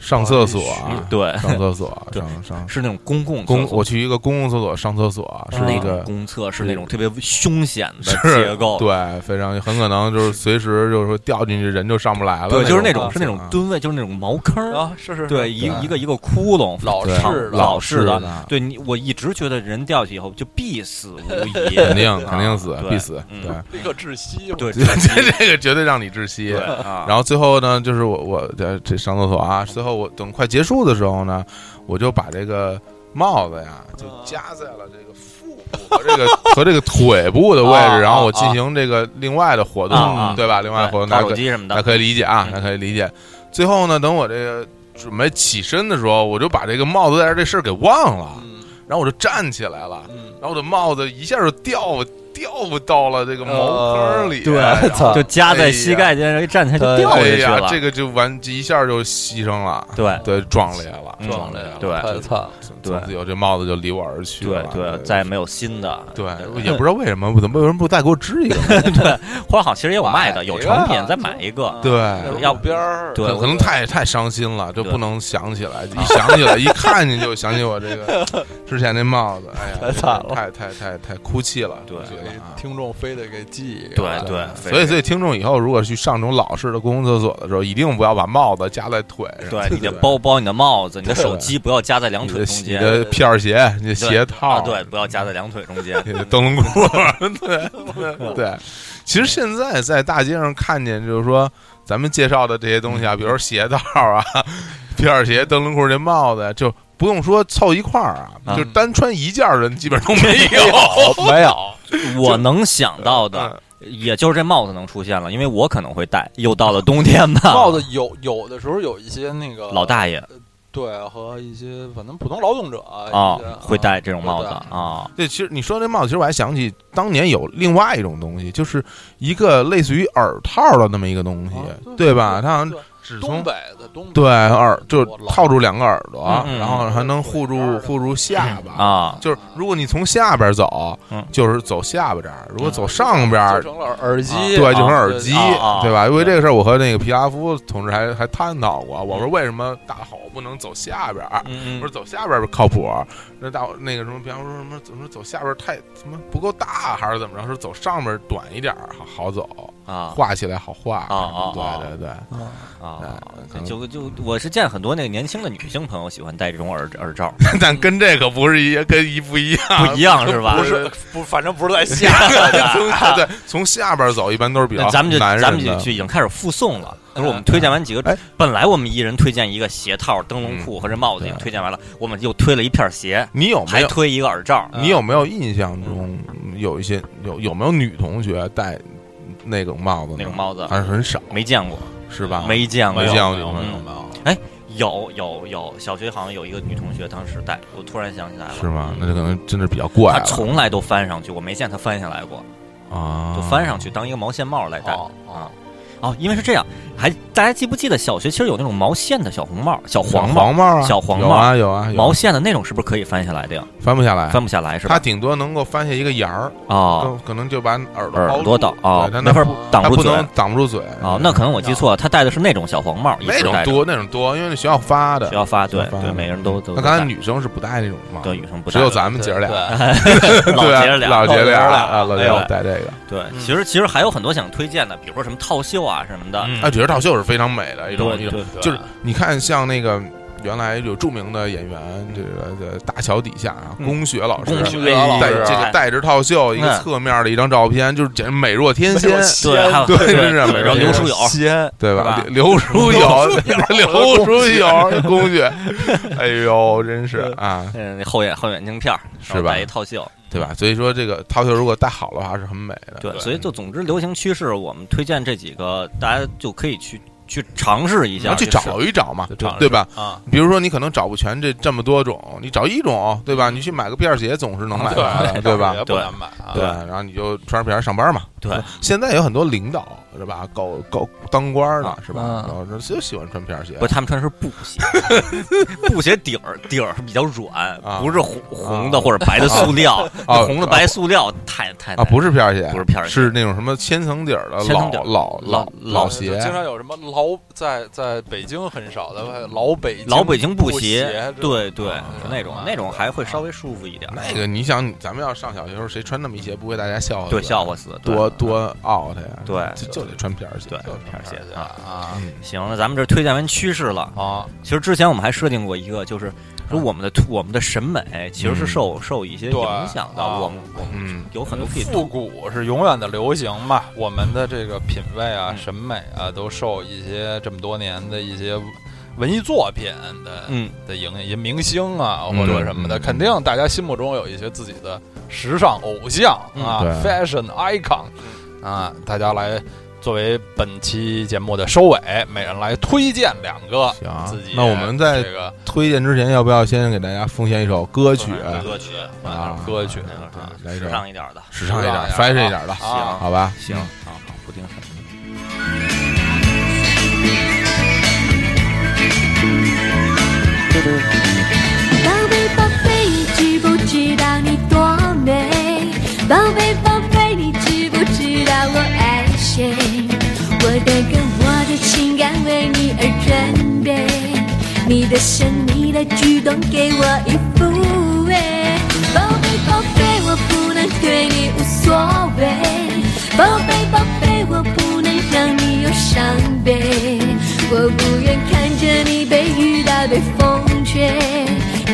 上厕所嗯啊，对，上厕所， [laughs] 对上上是那种公共公厕，所我去一个公共厕所上厕所，是是那一种 [laughs] 个。啊公厕，是那种特别凶险的是结构，对，非常很可能就是随时就是说掉进去人就上不来了，对，就是那种种是那种啊蹲位，就是那种茅坑儿，啊，是是，是对，一对一个一个窟窿，老对长式的老式式的。的，对你，我一直觉得人掉下去以后就必死无疑， [laughs] 肯定肯定死啊，必死，嗯对。 [laughs] 那个窒息，对，对，这这个绝对让你窒息。对啊， [laughs] 然后最后呢，就是我我这这上厕所啊，最后我等快结啊束的时候呢，我就把这个帽子呀就夹在了这个腹部和这个和这个腿部的位啊置，然后我啊进行这个另外的活啊啊动，对吧？另外的活动，打那手可机什么那的，可以理解啊嗯，那可以理解。最后呢，等我这个准备起身的时候，我就把这个帽子戴着这事儿给忘了，嗯嗯然后我就站起来了，然后我的帽子一下就掉掉到了这个茅坑里，哦哎对然后操 [laughs] 就夹在膝盖间，然后一站起来就掉下哎去呀了，。这个就完一下就牺牲了，对对，壮烈了，嗯壮烈了，对太惨了，从对此以后这帽子就离我而去对了，对，再也没有新的。对对，也不知道为什么，怎么为什么不再给我织一个？ [laughs] 或者好像其实也有卖的，买一个有成品再买一个。对那要路边儿对可可能太太伤心了，就对不能想起来，一想起来，一看见就想起我这个 [laughs] 之前那帽子，哎呀，太惨了太太太太哭泣了，对哎觉得啊听众非得给记一个，对对，所以所以听众以后如果去上这种老式的公共厕所的时候，一定不要把帽子夹在腿上， [laughs] 对你的包包、你的帽子、你的对手机不要夹在两你腿的中你间，的屁眼鞋、你对的鞋套啊，，对，不要夹在两腿中间。你的 [laughs] 灯笼裤，对 [laughs] 对对。其实现在在大街上看见，就是说咱们介绍的这些东嗯西啊，比如说鞋套啊、皮尔鞋、灯笼裤、这帽子，就不用说凑一块儿啊，啊就单穿一件儿的基本上 [laughs] 都没有。嗯嗯 [laughs] 没有，嗯我能想到的，也就是这帽子能出现了，因为我可能会戴。又到了冬天吧，帽子有有的时候有一些那个老大爷哎对和一些反正普通劳动者啊一些，会戴这种帽子会戴啊，对，其实你说这帽子，其实我还想起当年有另外一种东西，就是一个类似于耳套的那么一个东西啊，对吧？它好像对只从东北的东北对耳就我老套住两个耳朵，嗯嗯然后还能护住嗯护住下巴啊，就是如果你从下边走，嗯就是走下巴这儿；如果走上边儿，啊就成了耳机，对，就成耳机，啊啊对吧？因为这个事儿，我和那个皮拉夫同志还还探讨过。我说为什么大吼不能走下边儿？嗯我说走下边儿靠谱。那大伙那个什么，比方说什么怎么说走下边儿太什么不够大，啊还是怎么着？说走上边儿短一点儿好好走，啊画起来好画。啊啊对对对， [laughs] 哎啊可，能就就我是见很多那个年轻的女性朋友喜欢戴这种耳耳罩，但跟这个不是一跟一不一样，不一样是吧不？是不，反正不是 [laughs] 在下对，从下边儿走一般都是比较啊那咱们就男人咱们就的就已经开始附送了。就是我嗯们推荐完几个哎，本来我们一人推荐一个鞋套、灯笼裤和这帽子已经嗯对推荐完了，我们又推了一片鞋，你有没还有？嗯推一个耳罩。你有没有印象中有一些有有没有女同学戴那种帽子呢？那种帽子还是很少，没见过，是吧？没见过，没见过有没没有有没有有有，小学好像有一个女同学当时戴，我突然想起来了，是吗？那就可能真的比较怪她了从来都翻上去，我没见她翻下来过，啊，就翻上去当一个毛线帽哎来戴哦啊。哦，因为是这样，还大家记不记得小学其实有那种毛线的小红帽、小黄帽、黄帽啊，小黄有啊有啊，有啊哎毛线的那种，是不是可以翻下来的呀？翻不下来，翻不下来是它吧？顶多能够翻下一个沿儿，哦，更可能就把耳朵耳朵挡挡哦呃对它，那没法不挡它住不嘴能挡不住嘴哦，那可能我记错了，他戴的是那种小黄帽，一那直种戴着多那种多，因为那学校发的学。校发，啊对学校发对，的每个人都都嗯那刚才戴女生是不戴那种帽，对女生不只戴有咱们姐儿俩，俩，老对啊姐儿俩，老姐儿老姐儿俩俩啊，老姐儿哎呦俩戴这个。对，其实其实还有很多想推荐的，比如说什么套袖啊什么的，嗯啊，觉得套袖是非常美的一种一对种，对，就是你看像那个原来有著名的演员，这个这大桥底下啊，嗯龚雪老师公学学老戴师这个啊，戴着套袖，一个嗯侧面的一张照片，就是简直美若天仙，对，还有对对真是美然后容刘书友，先对是吧吧？刘刘书友， [laughs] 刘书友，龚雪，哎呦，真是啊，嗯，那后眼后眼镜片儿是然后吧戴一套袖，对吧？所以说这个套袖如果戴好的话是很美的，对，所以就总之流行趋势，我们推荐这几个，大家就可以去去尝试一你下，要去就是找一找嘛就找，对吧？啊，比如说你可能找不全这这么多种，你找一种，嗯对吧？你去买个皮尔鞋总是能买到的， [laughs] 对吧？也不难买啊，对，然后你就穿着皮鞋上班嘛。对，现在有很多领导是吧，搞搞当官的啊是吧，嗯然后就喜欢穿皮鞋不，。他们穿的是布 [laughs] 鞋，布鞋底儿底儿比较软，啊不是红红的或者白的塑料，啊红的白塑料太太啊，不是皮鞋，不是皮鞋是那种什么千层底儿的千层老底儿老老老就鞋经常有什么老在在北京很少的老北老北京布布鞋鞋，，对对，是是那种吧那种还会稍微舒服一点，啊那个，你想，咱们要上小学时候，谁穿那么一鞋，不被大家笑话？对笑话死，对多多 out 呀！对就就得穿皮鞋。对就得皮穿鞋皮啊。啊嗯行，那咱们这推荐完趋势了。啊，其实之前我们还设定过一个，就是说我们的我们的审美其实是受受一些对影响的，啊我们我们嗯，有很多可以复古是永远的流行嘛，我们的这个品味啊、嗯审美啊，都受一些这么多年的一些文艺作品的嗯，的影一些明星啊，嗯或者什么的，对嗯肯定啊大家心目中有一些自己的时尚偶像啊、嗯 f a s h i o n icon 啊，大家来作为本期节目的收尾，每人来推荐两个行啊自己。那我们在这个推荐之前，要不要先给大家奉献一首歌曲？歌曲啊呃歌曲嗯那个啊是来一首时尚一点的，时尚一点、时尚一 fashion 点一点的，啊好吧？行啊，好不定什么的。宝贝宝贝，你知不知道你多美？宝贝宝贝，你知不知道我爱谁？我的歌，我的情感为你而准备，你的身，你的举动给我以抚慰。宝贝宝贝，我不能对你无所谓，宝贝宝贝，我不能让你有伤悲，我不愿看着你被雨打被风吹。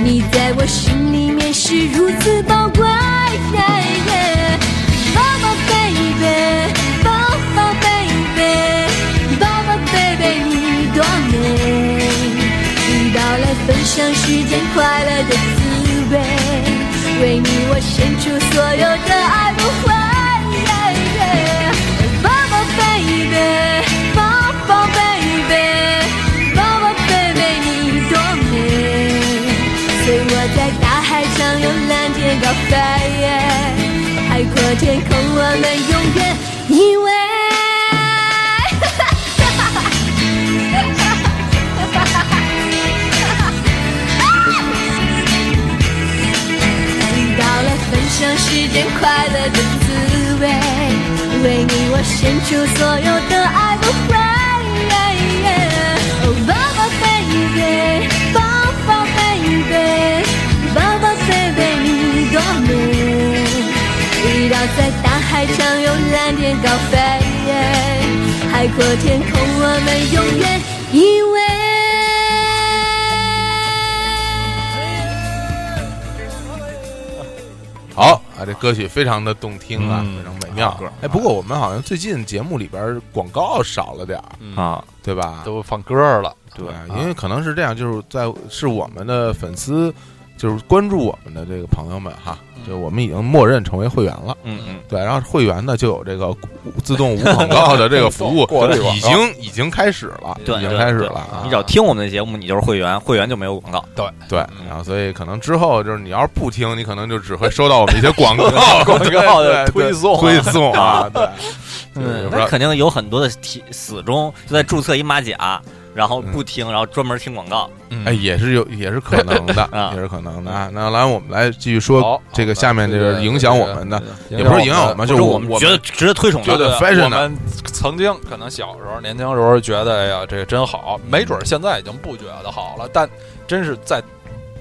你在我心里面是如此宝贵。宝宝 baby，宝宝 baby，宝宝 baby 你多美，一道来分享世间快乐的滋味，为你我献出所有的爱不悔。宝宝 baby，宝宝 baby，宝宝 baby 你多美。随我在大海上用蓝天高飞，海阔天空，我们永远依偎。到了分享世间快乐的滋味，为你我献出所有的爱不悔。哦，宝宝 baby，宝宝 baby，宝宝 baby 你多美，一道在大海上用蓝天高飞，海阔天空我们永远依偎。好啊，这歌曲非常的动听啊，嗯非常美妙好歌。哎，不过我们好像最近节目里边广告少了点儿，啊，对吧？嗯都放歌儿了，对啊因为可能是这样，就是在是我们的粉丝，就是关注我们的这个朋友们哈，就我们已经默认成为会员了。嗯嗯，对，然后会员呢就有这个自动无广告的这个服务过滤广，告已经已经开始了，对已经对开始对了啊你只。要听我们的节目，你就是会员，会员就没有广告。对嗯，然后所以可能之后就是你要是不听，你可能就只会收到我们一些广告广告的对对推送啊推送啊，对，就是嗯也，不知那道肯定有很多的体死忠就在注册一马甲，然后不听，然后专门听广告。哎，也是有，也是可能的啊，也是可能的啊。那来，我们来继续说好这个好下面这个对影响我对们的，对也不是影响我们，就就是我们觉得值得推崇觉的。得啊对 fashion 我呢们曾经可能小时候、年轻时候觉得哎呀这个真好，没准儿现在已经不觉得好了，但真是在。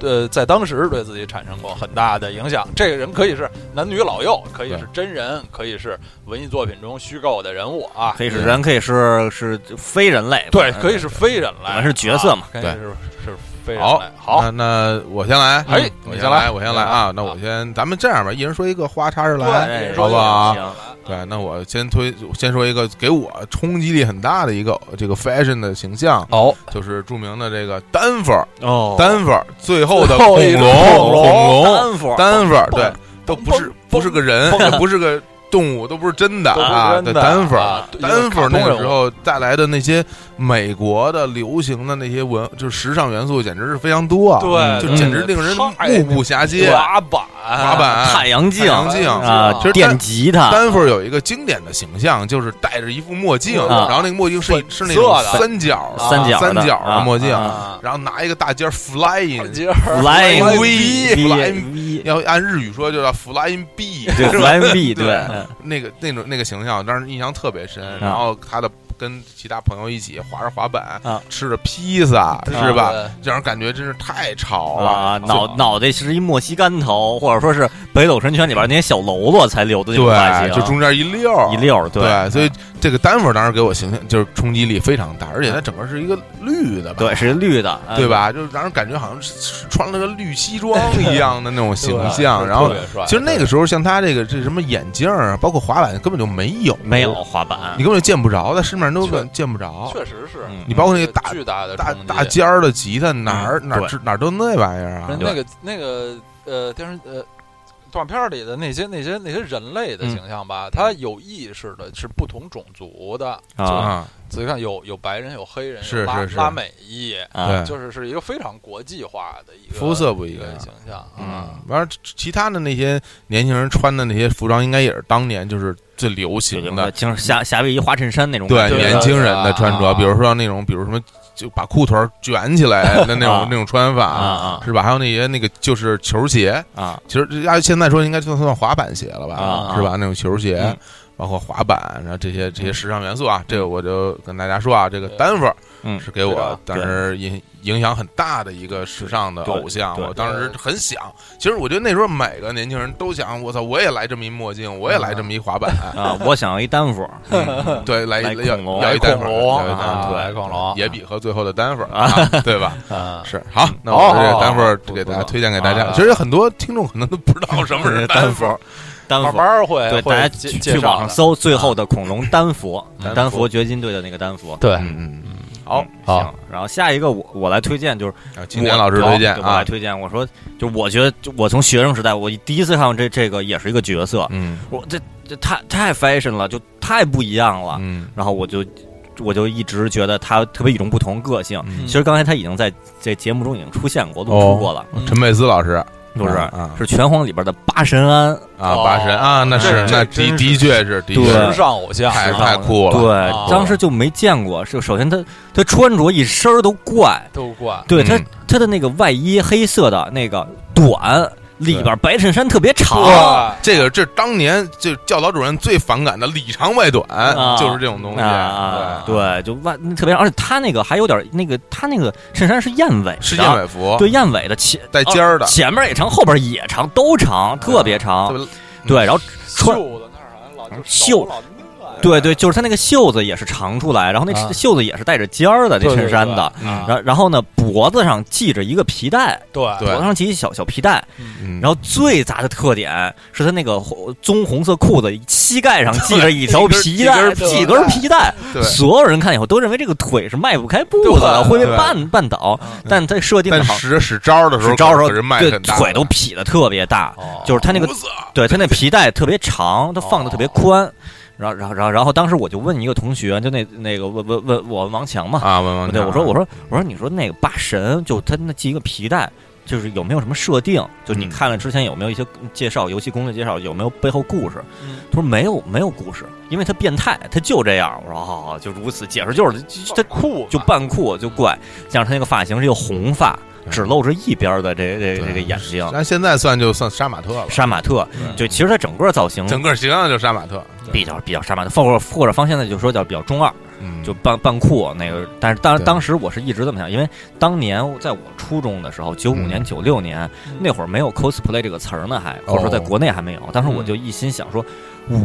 呃，在当时对自己产生过很大的影响。这个人可以是男女老幼，可以对是真人，可以是文艺作品中虚构的人物啊，可以是人，可以是是非人类，对，可以是非人我来，们是角色嘛啊可以对是是非人好来。好，那那我先来，哎嗯我你先先来来，我先来啊。那我先，咱们这样吧，一人说一个花插着来。对，好不好行对，那我先推，先说一个给我冲击力很大的一个这个 fashion 的形象，哦，就是著名的这个单反儿，哦单反儿最后的最后恐一个龙，恐龙恐龙，单副单反儿，对蹦，都不是蹦不是个人， [laughs] 也不是个动物，都不是真的都不是啊，真对，的单反儿啊。对单反儿那卡个通人时物候带来的那些美国的流行的那些文，就是时尚元素，简直是非常多啊，对，就对简直令人太目不暇接。滑板，滑板、太阳镜太阳镜啊，其实电单吉他，单反儿有一个经典的形象，就是戴着一副墨镜，啊然后那个墨镜嗯是粉是那种色的三角的三角的三角啊的墨镜，啊啊，然后拿一个大尖儿 flying，接着来 Flying V V， V，要按日语说就叫 flying B，对是吧 [laughs] Flying V，对对，嗯那个那种那个形象，当时印象特别深。然后他的跟其他朋友一起滑着滑板，啊吃着披萨，对是吧对？让人感觉真是太潮了。啊，脑就脑袋是一莫西干头，或者说是北斗神拳里边那些小喽啰才留的那种发对，型，就中间一溜儿一溜儿，嗯对所以这个单反当时给我形象就是冲击力非常大，而且它整个是一个绿的吧，对是绿的，嗯对？吧？就是让人感觉好像是穿了个绿西装一样的那种啊形象。对然后特别帅其实那个时候像他这个这什么眼镜儿啊，包括滑板根本就没有，嗯没有。滑板你，根本就见不着，在市面人都确跟见不着。确实是嗯你包括那这个大巨呃大的大冲击大尖儿的吉他，哪儿嗯哪儿对知哪儿都那玩意儿不是啊！那个那个呃电视呃短片里的那些那些那些人类的嗯形象吧，他有意识的是不同种族的，啊啊，仔细看有有白人有黑人，有是拉是是拉美裔，啊，对，就是是一个非常国际化的一个肤色不一一样个。形象啊。嗯，完了，其他的那些年轻人穿的那些服装，应该也是当年就是最流行的，就是夏夏威夷花衬衫那种对感觉，年轻人的穿着，啊比如说那种，比如什么，就把裤腿儿卷起来的那种啊那种穿啊法，啊是吧？还有那些那个就是球鞋，啊其实按现在说应该算算滑板鞋了吧，啊是吧？那种球鞋嗯，包括滑板，然后这些这些时尚元素啊，这个我就跟大家说啊，这个单位嗯是给对我啊当时影影响很大的一个时尚的对偶像，对我当时很想，其实我觉得那时候每个年轻人都想，我操，我也来这么一墨镜，我也来这么一滑板，啊！我想要一单 [laughs] 幅，嗯对，来来一要恐龙要来一单恐粉儿，龙要一单啊粉儿对来恐龙也比和最后的单粉儿啊，对吧？嗯，是好，那我这单粉儿不给不大家错推荐给大家啊。其实很多听众可能都不知道 [laughs] 什么是单粉儿，单慢幅。慢哎会对，会大家介去介去网绍上的嗯搜最后的恐龙丹佛，丹佛丹佛掘金队的那个丹佛。对嗯嗯，好，好行。然后下一个我我来推荐，就是啊，青年老师推荐我我啊来，推荐。我说，就我觉得，就我从学生时代，我第一次看到这这个也是一个角色，嗯我这这太太 fashion 了，就太不一样了。嗯然后我就我就一直觉得他特别与众不同，个性。嗯其实刚才他已经在这节目中已经出现过，都哦出过了，嗯陈佩斯老师不是？啊是拳皇里边的八神庵，啊，哦八神啊，那是这那这的真的是确是的确对时是尚偶像，太时尚太酷了，哦对，当时就没见过。是首先他他穿着一身儿都怪，都怪对他嗯他的那个外衣黑色的那个短，里边白衬衫特别长，哇这个这当年就教导主任最反感的里长外短，啊就是这种东西。啊啊，对，对，就外特别，而且他那个还有点那个，他那个衬衫是燕尾的，是燕尾服，对哦燕尾的前带尖儿的，前面也长，后边也长，都长，特别特长。别对，然后穿袖子那儿好像老就袖手老嫩对对，就是他那个袖子也是长出来，然后那嗯啊袖子也是带着尖儿的那对衬衫的，对啊然后然后呢脖子上系着一个皮带，对对脖子上系一小小皮带，嗯然后最杂的特点是他那个红棕红色裤子膝盖上系着一条皮带，系系根根儿皮带，对，所有人看以后都认为这个腿是迈不开步子的，对会被对绊绊倒嗯，但他设定但的好，使使招的时候，使招的时候可是卖对很大的，腿都劈的特别大，哦嗯就是他那个胡子对他那皮带特别长，他放的哦特别宽。然后，然后，然后，然后，当时我就问一个同学，就那那个问问问我问王强嘛，啊，文王对，强我说我说我说，你说那个八神，就他那系一个皮带，就是有没有什么设定？就你嗯看了之前有没有一些介绍，游戏攻略介绍有没有背后故事？嗯他说没有，没有故事，因为他变态，他就这样。我说哦，就如此解释，就是就他酷就扮酷就怪，加上他那个发型是一个红发，只露着一边的这这这个眼睛，那啊嗯现在算就算杀马特了，杀马特。嗯就其实他整个造型整个形象就杀马特，比较比较杀马特，或者或者放现在就说叫比较中二，嗯，就扮扮酷那个。但是当对当时我是一直这么想，因为当年在我初中的时候，九五嗯哦年、九六年嗯那会儿没有 cosplay 这个词儿呢，还或者说在国内还没有。当时嗯我就一心想说，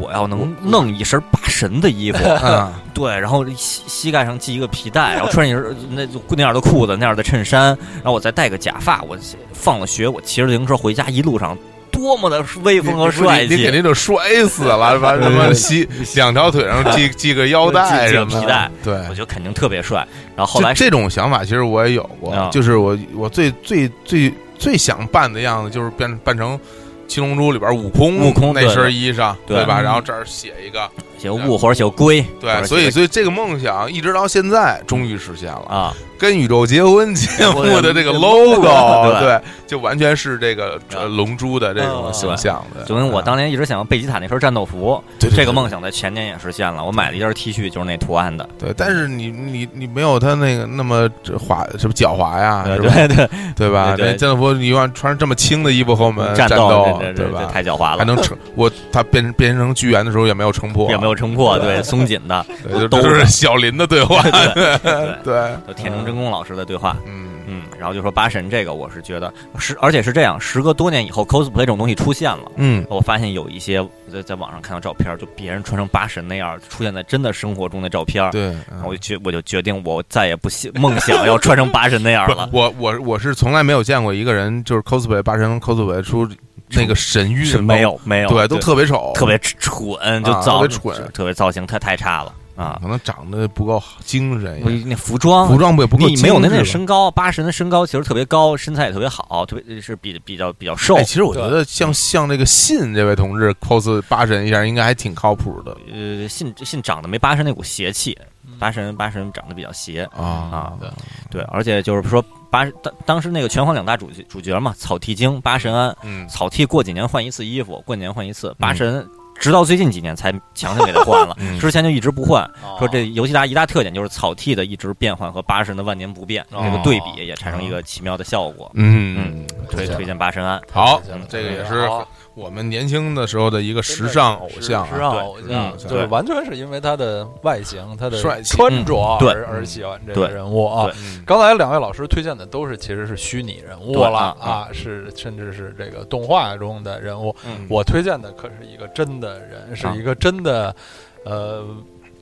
我要能弄一身八神的衣服，嗯 [laughs] 对，然后膝膝盖上系一个皮带，然后穿一身那就那样的裤子、那样的衬衫，然后我再戴个假发，我放了学，我骑着自行车回家，一路上多么的威风和帅你你你肯气！定就摔死 [laughs] 了，把什么系两条腿上系系个腰带系什个么的皮带，对，我觉得肯定特别帅。然后后来这这种想法其实我也有过啊，就是我我最最最最想扮的样子就是变扮成《七龙珠》里边悟空悟空那对身衣裳，对对吧？嗯然后这儿写一个，写雾或者写龟，或对，者所以写所以这个梦想一直到现在终于实现了。啊，跟宇宙结婚节目的这个 logo， logo，对，就完全是这个对呃龙珠的这种嗯形象啊的，哦啊就跟我当年一直想要贝吉塔那身战斗服，对对对这个梦想在前年也实现了。我买了一件 T 恤，就是那图案的，对，但是你你你没有他那个那么这滑什么狡猾呀，对啊是吧？对对，对吧？对对那战斗服你要穿这么轻的衣服和我们战斗，这这对这这吧？太狡猾还了，能 [laughs] 撑我，他变变成巨猿的时候也没有撑破，也没有撑破，对，松紧 [laughs] 的，对，就兜这着就是小林的 [laughs] 对话， [laughs] 对对，对，就田中真弓老师的对话。嗯，嗯，然后就说八神这个，我是觉得是，而且是这样，时隔多年以后，cosplay 这种东西出现了。嗯，我发现有一些在在网上看到照片，就别人穿成八神那样出现在真的生活中的照片，对，然嗯后我就决我就决定我再也不希梦想要穿成八神那样不 [laughs] 了，我我我是从来没有见过一个人就是 cosplay 八神 cosplay 出那个神韵，是没，有没有，对，都特别丑，特别蠢，就啊造特别蠢特别造型太太差了。啊，可能长得不够精神，我那服装哎服装不也不够你没有那那精致吧身高，八神的身高其实特别高，身材也特别好，特别是比比较比较瘦哎，。其实我觉得像像这个信这位同志 cos 八神一下，应该还挺靠谱的呃，信信长得没八神那股邪气，八神八神长得比较邪，啊对对，而且就是说八当当时那个拳皇两大主角主角嘛，草剃精、八神庵，嗯，，草剃过几年换一次衣服，过几年换一次，八神直到最近几年才强行给他换了嗯之前就一直不换。哦说这游戏达一大特点就是草剃的一直变换和八神的万年不变，这个对比也产生一个奇妙的效果。嗯，推推荐八神庵，好推荐了，这个也推荐是了好我们年轻的时候的一个时尚偶像时啊，尚对偶嗯像，对对，完全是因为他的外形、他的帅气穿着嗯对而而喜欢这对个人物啊对。嗯刚才两位老师推荐的都是其实是虚拟人物对了啊啊，是甚至是这个动画中的人物。嗯我推荐的可是一个真的人，是啊一个真的，呃。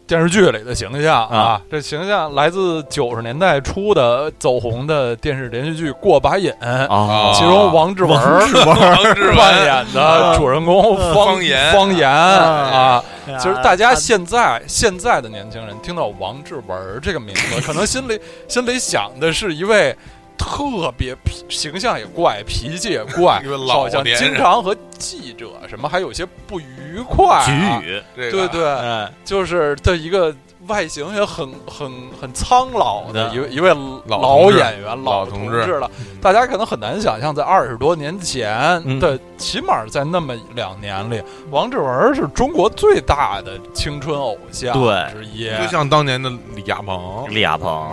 电视剧里的形象啊，这形象来自九十年代初的走红的电视连续剧《过把瘾》，哦其中王志文儿王志扮演的主人公方方言方言啊，啊其实大家现在现在的年轻人听到王志文儿这个名字，可能心里心里想的是一位特别脾形象也怪，脾气也怪 [laughs] 一个，老好像年经人常和记者什么还有些不愉快、啊。局语，这对个对，哎，就是的一个外形也很很很苍老的一位一位老老同志演员、老老同同志了。大家可能很难想象，在二十多年前嗯的，起码在那么两年里，王志文是中国最大的青春偶像对之一。就像当年的李亚鹏，李亚鹏，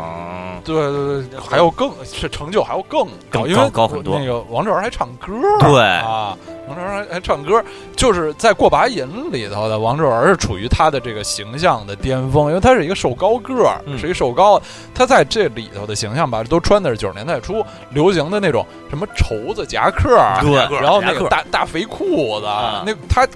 对对对，还有更是成就还要更更高，因高为高很多那个王志文还唱歌，对啊，王志文还还唱歌，就是在《过把瘾》里头的王志文是处于他的这个形象的巅峰，因为他是一个瘦高个儿，嗯是一个瘦高，他在这里头的形象吧，都穿的是九十年代初流行的那种什么绸子夹克儿，对然后那夹克个儿大大肥裤子，啊那他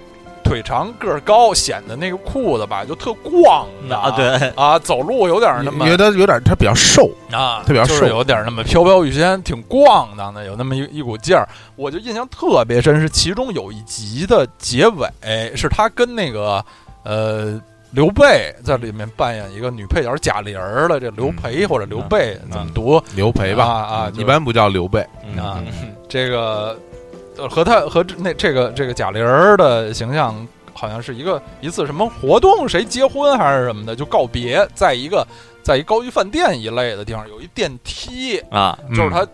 腿长个儿高，显得那个裤子吧就特逛的啊，对，啊，走路有点儿那你么你觉得有点他比较瘦，啊，特别要就是瘦有点那么飘飘欲仙，挺逛荡的，有那么一一股劲儿。我就印象特别深，是其中有一集的结尾，是他跟那个呃刘备在里面扮演一个女配角贾玲儿的这刘培或者刘备嗯怎么读刘培啊吧，嗯啊，就一般不叫刘备，嗯啊这个呃和他和这那这个这个贾玲儿的形象。好像是一个一次什么活动，谁结婚还是什么的，就告别，在一个在一高级饭店一类的地方，有一电梯，啊，就是嗯他、呃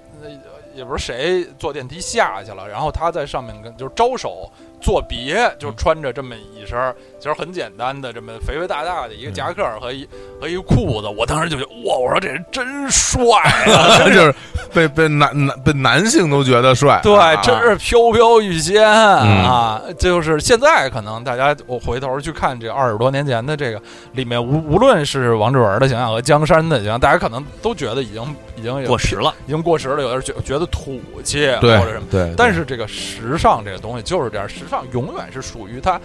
也不是谁坐电梯下去了，然后他在上面跟就是招手作别，就穿着这么一身儿其实很简单的这么肥肥大大的一个夹克儿和一、和一个裤子，我当时就觉得哇，我说这人真帅 [laughs] 啊！就是被被男男被男性都觉得帅，对，啊真是飘飘欲仙啊！就是现在可能大家我回头去看这二十多年前的这个里面，无无论是王志文的形象和江山的形象，大家可能都觉得已经已经有过时了，已经过时了，有点觉觉得土气对或者什么。对，但是这个时尚这个东西就是这样，时尚永远是属于它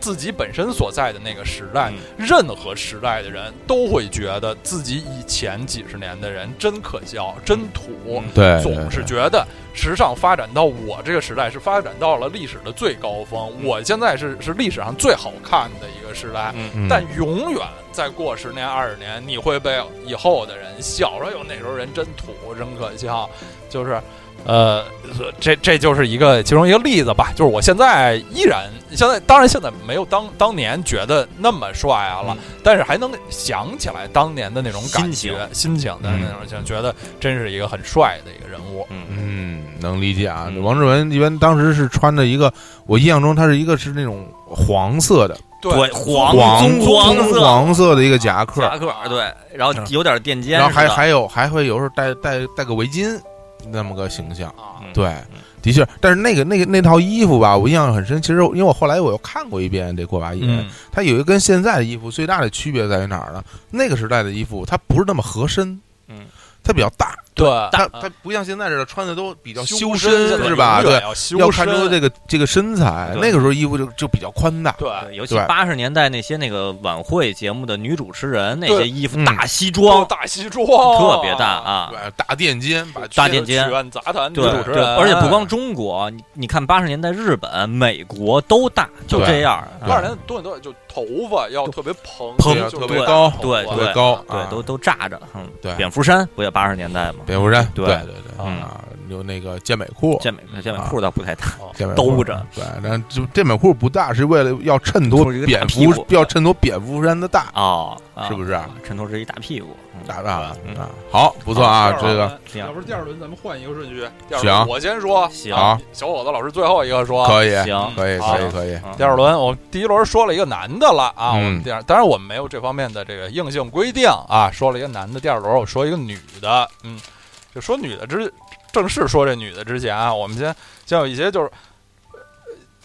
自己本身所在的那个时代。嗯任何时代的人都会觉得自己以前几十年的人真可笑、真土。嗯对对总是觉得时尚发展到我这个时代是发展到了历史的最高峰，嗯我现在是是历史上最好看的一个时代。嗯，嗯但永远再过十年二十年，你会被以后哎的人笑说：“哟，那时候人真土，真可笑。”就是，呃， [laughs] 这这就是一个其中一个例子吧。就是我现在依然现在，当然现在没有当当年觉得那么帅啊了，但是还能想起来当年的那种感觉、心情的那种，就觉得真是一个很帅的一个人物。嗯，嗯，能理解啊。嗯王志文一般当时是穿着一个，我印象中他是一个是那种黄色的对，黄黄棕色黄色的一个夹克，夹克，对，然后有点垫肩似的，然后还还有还会有时候戴戴戴个围巾那么个形象。啊，嗯对，的确，但是那个那个那套衣服吧，我印象很深。其实因为我后来我又看过一遍这过把瘾，嗯，它有一个跟现在的衣服最大的区别在于哪儿呢？那个时代的衣服它不是那么合身，嗯，它比较大，对，他他不像现在似的穿的都比较修身身是吧？对对，，要要看出这个这个身材。对那个时候衣服就就比较宽大，对对尤其对八十年代那些那个晚会节目的女主持人，那些对衣服嗯大西多装大西装，特别大啊，对，呃大垫肩，把大垫肩曲苑杂嗯谈女对主持对，人，而且哎不光中国，你你看八十年代日本、美国都大，就对这样，啊二十年代东西都就头发要特别蓬，蓬就是特别对高对特头发对别高，对啊，都都炸着，嗯，对蝙蝠衫不也八十年代吗？蝙蝠衫，对对对对嗯啊，有那个健美裤，健美健美啊裤倒不太大，健 [laughs] 美兜裤着，对，但就健美裤不大，是为了要衬托就是一个大蝙屁蝠股，要衬托蝙蝠衫的大，哦，啊是不是啊？衬托是一大屁股，嗯大大了嗯啊，好，不错啊，这个个要不是第二轮咱们换一个顺序，第二行轮我先说，行好小伙子老师最后一个说，可以，行，可以，好可以，可以，嗯第二轮我第一轮说了一个男的了啊，嗯我们第二当然我们没有这方面的这个硬性规定啊，说了一个男的，第二轮我说一个女的，嗯，就说女的之正式说这女的之前啊，我们先先有一些就是呃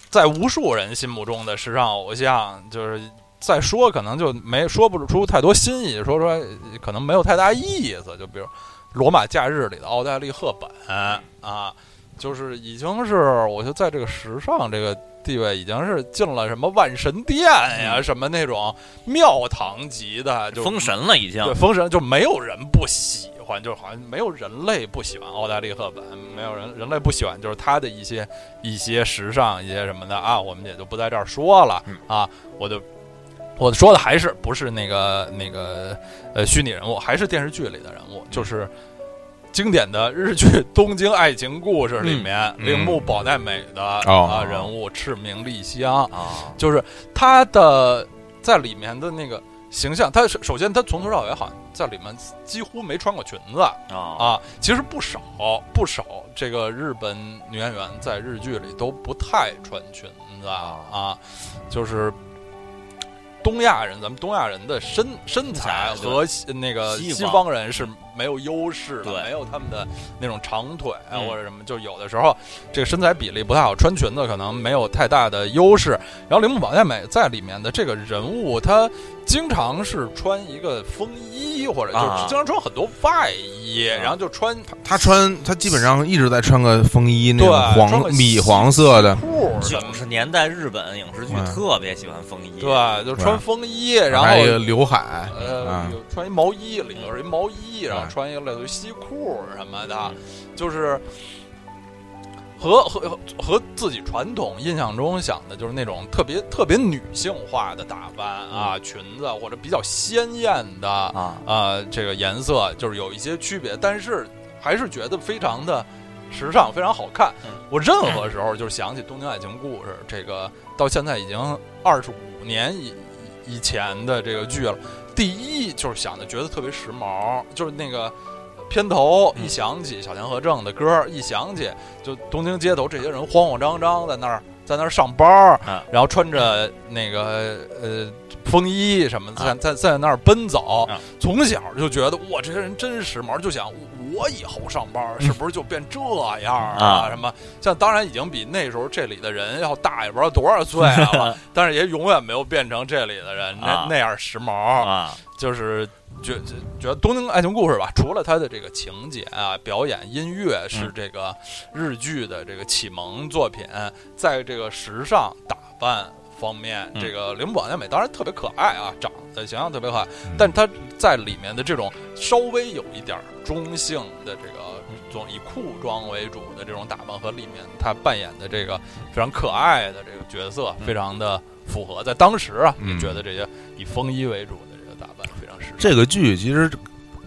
在无数人心目中的时尚偶像，就是再说可能就没说不出太多新意，说说可能没有太大意思，就比如《罗马假日》里的奥黛丽·赫本哎啊。就是已经是，我就在这个时尚这个地位已经是进了什么万神殿呀，嗯什么那种庙堂级的，就封神了已经对，封神就没有人不喜欢，就好像没有人类不喜欢奥黛丽·赫本，没有人人类不喜欢，就是她的一些一些时尚一些什么的啊，我们也就不在这儿说了嗯啊，我就。我说的还是不是那个那个呃虚拟人物，还是电视剧里的人物，嗯就是经典的日剧《东京爱情故事》里面嗯铃木保奈美的哦啊人物赤名莉香，啊，就是他的在里面的那个形象，他是首先他从头到尾好像在里面几乎没穿过裙子啊啊，其实不少不少这个日本女演员在日剧里都不太穿裙子啊，就是。东亚人，咱们东亚人的身身材身材对和西那个西方西方人是没有优势的，对没有他们的那种长腿啊嗯或者什么，就有的时候这个身材比例不太好，穿裙子可能没有太大的优势。然后铃木保奈美在里面的这个人物，她经常是穿一个风衣，或者就啊是经常穿很多外衣，嗯啊然后就穿他穿，他基本上一直在穿个风衣，那种对穿个黄米黄色的，裤儿什九么十年代日本影视剧嗯啊特别喜欢风衣，的，对，就穿风衣，然后还有一个刘海，呃啊，有穿一毛衣，里头是一毛衣，然后嗯穿一个类似于西裤什么的嗯，就是和和和自己传统印象中想的，就是那种特别特别女性化的打扮嗯啊，裙子或者比较鲜艳的啊，呃这个颜色，就是有一些区别，但是还是觉得非常的时尚，非常好看嗯。我任何时候就是想起《东京爱情故事》这个，到现在已经二十五年以以前的这个剧了。第一就是想的觉得特别时髦，就是那个片头嗯一响起小田和正的歌儿，一响起就东京街头这些人慌慌张张在那儿在那儿上班儿啊然后穿着那个呃风衣什么的，在在在那儿奔走啊，从小就觉得哇，这些人真时髦，就想我以后上班儿是不是就变这样儿啊什么像当然已经比那时候这里的人要大也不知道多少岁了，但是也永远没有变成这里的人那、啊那样时髦。啊，就是觉觉觉得《东京爱情故事》吧，除了它的这个情节啊、表演、音乐是这个日剧的这个启蒙作品，在这个时尚打扮方面，嗯这个铃木保奈美当然特别可爱啊，长得形象特别可爱，啊嗯但她在里面的这种稍微有一点儿中性的这个。总以裤装为主的这种打扮和里面她扮演的这个非常可爱的这个角色，嗯非常的符合，在当时啊，嗯也觉得这些以风衣为主的这个打扮非常时尚。这个剧其实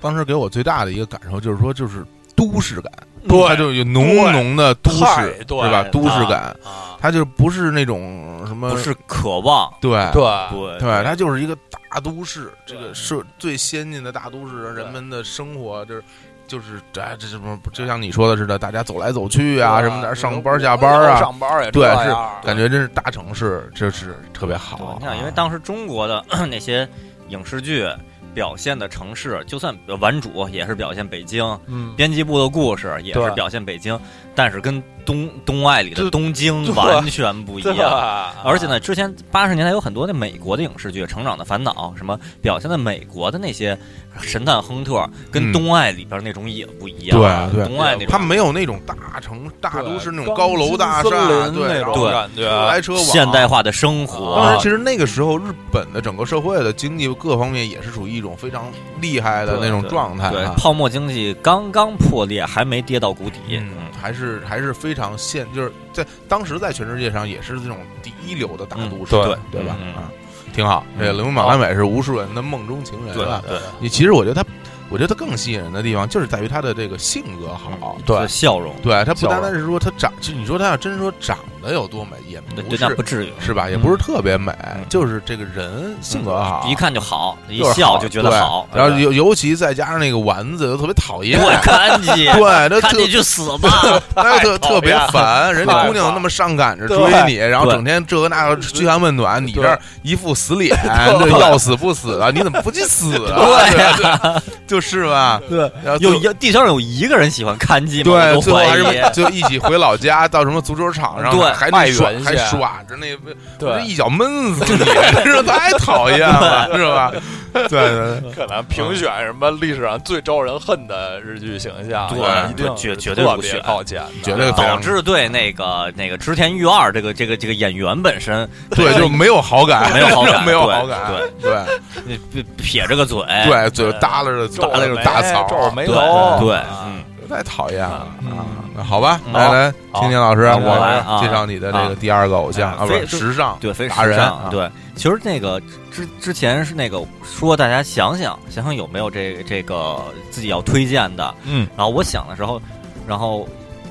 当时给我最大的一个感受就是说，就是都市感，对它就有浓浓的都太市，对是吧？了都市感，啊，它就不是那种什么，不是渴望，对对对啊对，它就是一个大都市，这对个是最先进的大都市，人们的生活就是。就是这这什么，就像你说的似的，大家走来走去啊，什么的，上班下班然后啊，上班也对这是样感觉真是大城市，这是特别好对啊。你想，因为当时中国的 [clears throat] 那些影视剧表现的城市，就算呃顽主也是表现北京，嗯编辑部的故事也对是表现北京，但是跟东东外里的对东京对完全不一对啊样。吧？而且呢，之前八十年代有很多那美国的影视剧，《成长的烦恼》什么表现的美国的那些神探亨特，跟嗯东爱里边那种也不一样。啊对对东爱那他种。们没有那种大城、大都市那种对高楼钢大筋森厦，林对，那然种后对感车觉，来车往，啊现代化的生活，当时，其实那个时候，日本的整个社会的经济各方面也是处于一种非常厉害的那种状态、对啊，泡沫经济刚刚破裂，还没跌到谷底。嗯，还是还是非常现，就是在当时在全世界上也是这种第一流的大都市，嗯对对对吧？嗯啊，挺好。这个《流氓马大美》是无数人的梦中情人啊。对你其实我觉得他，我觉得他更吸引人的地方就是在于他的这个性格好，嗯对，笑容，嗯对他不笑单容单是说他长，就你说他要真说长得有多美，也对不对，那是不至于，是吧？也嗯不是特别美，嗯就是这个人性格好，一看就好，一就是笑好就觉得对好。然后对尤尤其再加上那个丸子，又特别讨厌。我看你， [laughs] 对，他看特你去死 [laughs] 吧！他特讨特别厌烦，人家太姑娘烦那么上赶着追对你，然后对整天这个那个嘘寒问暖，你这对儿一副 [laughs] 死脸，这要死不死的，你怎么不去死啊？对对， [laughs] 就是吧？对，然后有最一地上有一个人喜欢看机吗？对，我最都后怀还是疑。最后一起回老家，到什么足球场上对还卖那耍原还去耍着那我这对，一脚闷死你， [laughs] 这太讨厌了，是吧？对对对，可能评选什么历史上最招人恨的日剧形象，对也一对定绝是绝对特不别选靠前的，绝对非导常致对那个那个织田裕二这个这个这个演员本身对，就没有好感，没有好感， [laughs] 没有对好感，对哎对你撇撇着个嘴，对，哎嘴耷拉着皱耷拉着眉大哎草，皱眉对头，对，啊嗯，太讨厌了嗯啊！那好吧，嗯来来，好青年老师，好我来啊介绍你的这个第二个偶像哎啊，不是非就时尚，对，非常达人时尚啊对，其实那个之之前是那个说大家想想想想有没有这这个自己要推荐的，嗯，然后我想的时候，然后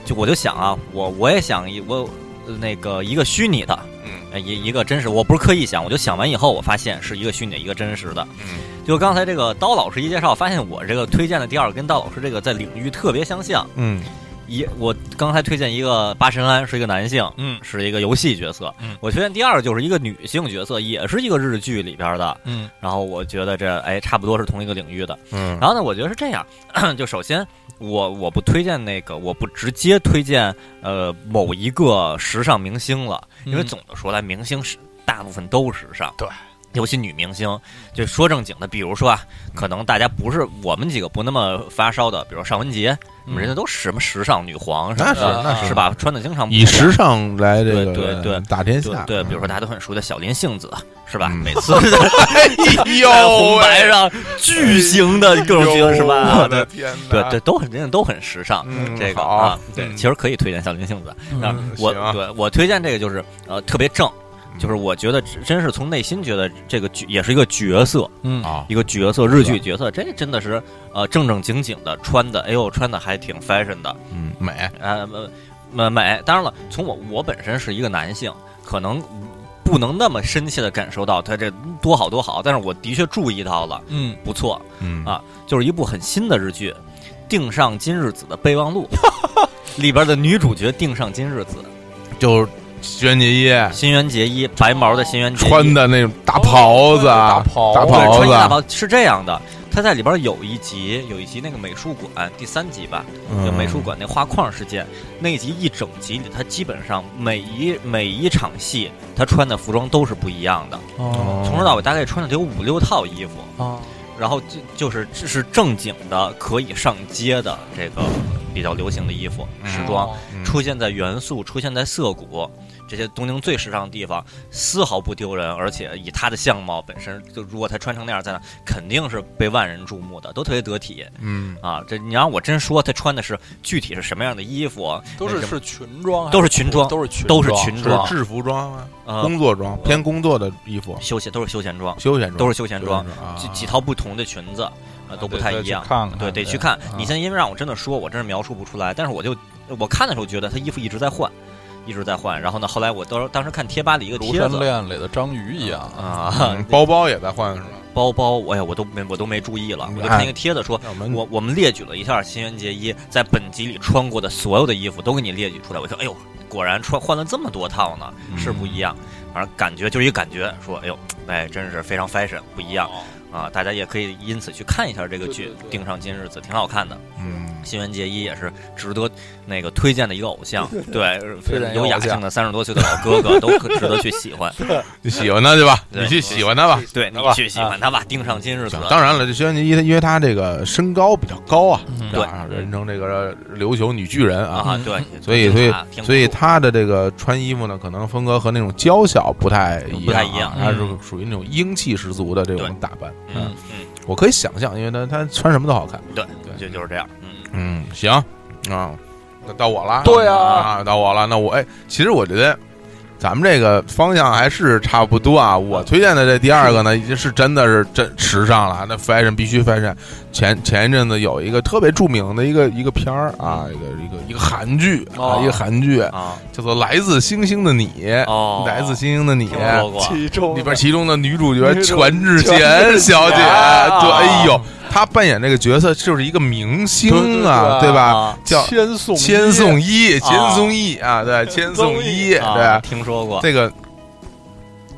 就我就想啊，我我也想一我呃那个一个虚拟的，嗯呃一一个真实，我不是刻意想，我就想完以后，我发现是一个虚拟的，一个真实的。嗯，就刚才这个刀老师一介绍，发现我这个推荐的第二个跟刀老师这个在领域特别相像。嗯一，我刚才推荐一个八神庵是一个男性，嗯是一个游戏角色。嗯我推荐第二个就是一个女性角色，也是一个日剧里边的。嗯，然后我觉得这哎差不多是同一个领域的。嗯然后呢，我觉得是这样， [clears throat] 就首先我我不推荐那个，我不直接推荐呃某一个时尚明星了，因为嗯总的说来，明星是大部分都时尚。对。尤其女明星，就说正经的，比如说啊，可能大家不是我们几个不那么发烧的，比如尚雯婕，嗯人家都什么时尚女皇什么的，那是啊那是是？吧？穿的经常不以错时尚来这个对对对打天对下，对，比如说嗯大家都很熟的小林幸子，是吧？嗯每次 [laughs] 在红白上巨型的各种哎呦型，是吧我？的对天哪，对对，都很人家都很时尚。嗯，这个好啊，对，嗯其实可以推荐小林幸子。嗯那我行啊对我推荐这个就是呃特别正，就是我觉得真是从内心觉得这个角也是一个角色，嗯啊，一个角色日剧角色，这真的是呃正正经经的穿的，哎呦穿的还挺 fashion 的，嗯，美，呃，美美，当然了，从我我本身是一个男性，可能不能那么深切的感受到他这多好多好，但是我的确注意到了，嗯，不错，嗯啊就是一部很新的日剧《定上今日子的备忘录》 [laughs] 里边的女主角定上今日子，就是轩杰耶新垣结衣，白毛的新垣结衣，穿的那种大袍子啊哦大，袍大对袍穿子一大啊，袍是这样的。她在里边有一集，有一集那个美术馆第三集吧，就嗯美术馆那画框事件那一集一整集里，他基本上每一每一场戏，他穿的服装都是不一样的，哦从头到尾大概穿了得有五六套衣服，哦，然后就就是这是正经的可以上街的这个比较流行的衣服嗯时装，哦嗯出现在元素，出现在涩谷这些东京最时尚的地方，丝毫不丢人，而且以他的相貌本身，就如果他穿成那样在那，肯定是被万人注目的，都特别得体。嗯啊，这你让我真说他穿的是具体是什么样的衣服，都那是什么是裙装哎还是，都是裙装都是裙，都是裙是装，制服装啊，呃，工作装偏工作的衣服，休闲都是休闲装，休闲装都是休闲装，啊几几套不同的裙子，呃，啊都不太一样。啊看看对，得去看。你现在因为让我真的说，我真是描述不出来。但是我就我看的时候觉得他衣服一直在换，一直在换。然后呢，后来我当当时看贴吧里一个庐帖山子恋里的章鱼一样，啊，嗯包包也在换是吧？包包，我呀我都没我都没注意了，嗯我就哎看一个帖子说，要不然我我们列举了一下新垣结衣在本集里穿过的所有的衣服，都给你列举出来。我说，哎呦，果然穿换了这么多套嗯嗯呢，是不一样。反正感觉就是一个感觉，说，哎呦，哎，真是非常 fashion，不一样。啊，大家也可以因此去看一下这个剧哦对对《对定上今日子》，挺好看的。嗯，新垣结衣也是值得那个推荐的一个偶 [laughs] 像，对，非推荐常一个有雅偶像兴的三十多岁的老哥哥都 [laughs] 可值得去喜欢。你喜欢他去吧，对你去喜欢他吧。对你啊好吧去喜啊欢他吧，《定上今日子》当然了，这轩辕因因为他这个身高比较高啊，嗯对吧，人称这个琉球女巨人啊，啊，对，所以所挺以好挺不所以错他的这个穿衣服呢，可能风格和那种娇小不太一样啊，不太一样他是嗯属于那种英气十足的这对种打扮。嗯嗯，我可以想象，因为他他穿什么都好看。对对，就就是这样，嗯，嗯，行啊，那到我了。对啊啊，到我了。那我哎，其实我觉得咱们这个方向还是差不多啊。我推荐的这第二个呢，已经是真的是真时尚了。那 fashion 必须 fashion。前前一阵子有一个特别著名的一个一个片儿啊，一个一个一个韩剧啊，哦一个韩剧啊，叫做《来自星星的你》。哦， [laughs] 来自星星的你听说过，其中里边其中的啊女主角女主全智 [laughs] 贤小姐，啊对，哎呦，她扮演这个角色就是一个明星啊，对对对啊吧？啊，叫千颂伊千颂伊，啊千颂伊 [laughs] 啊，对，千颂伊，啊对，听说过，这个。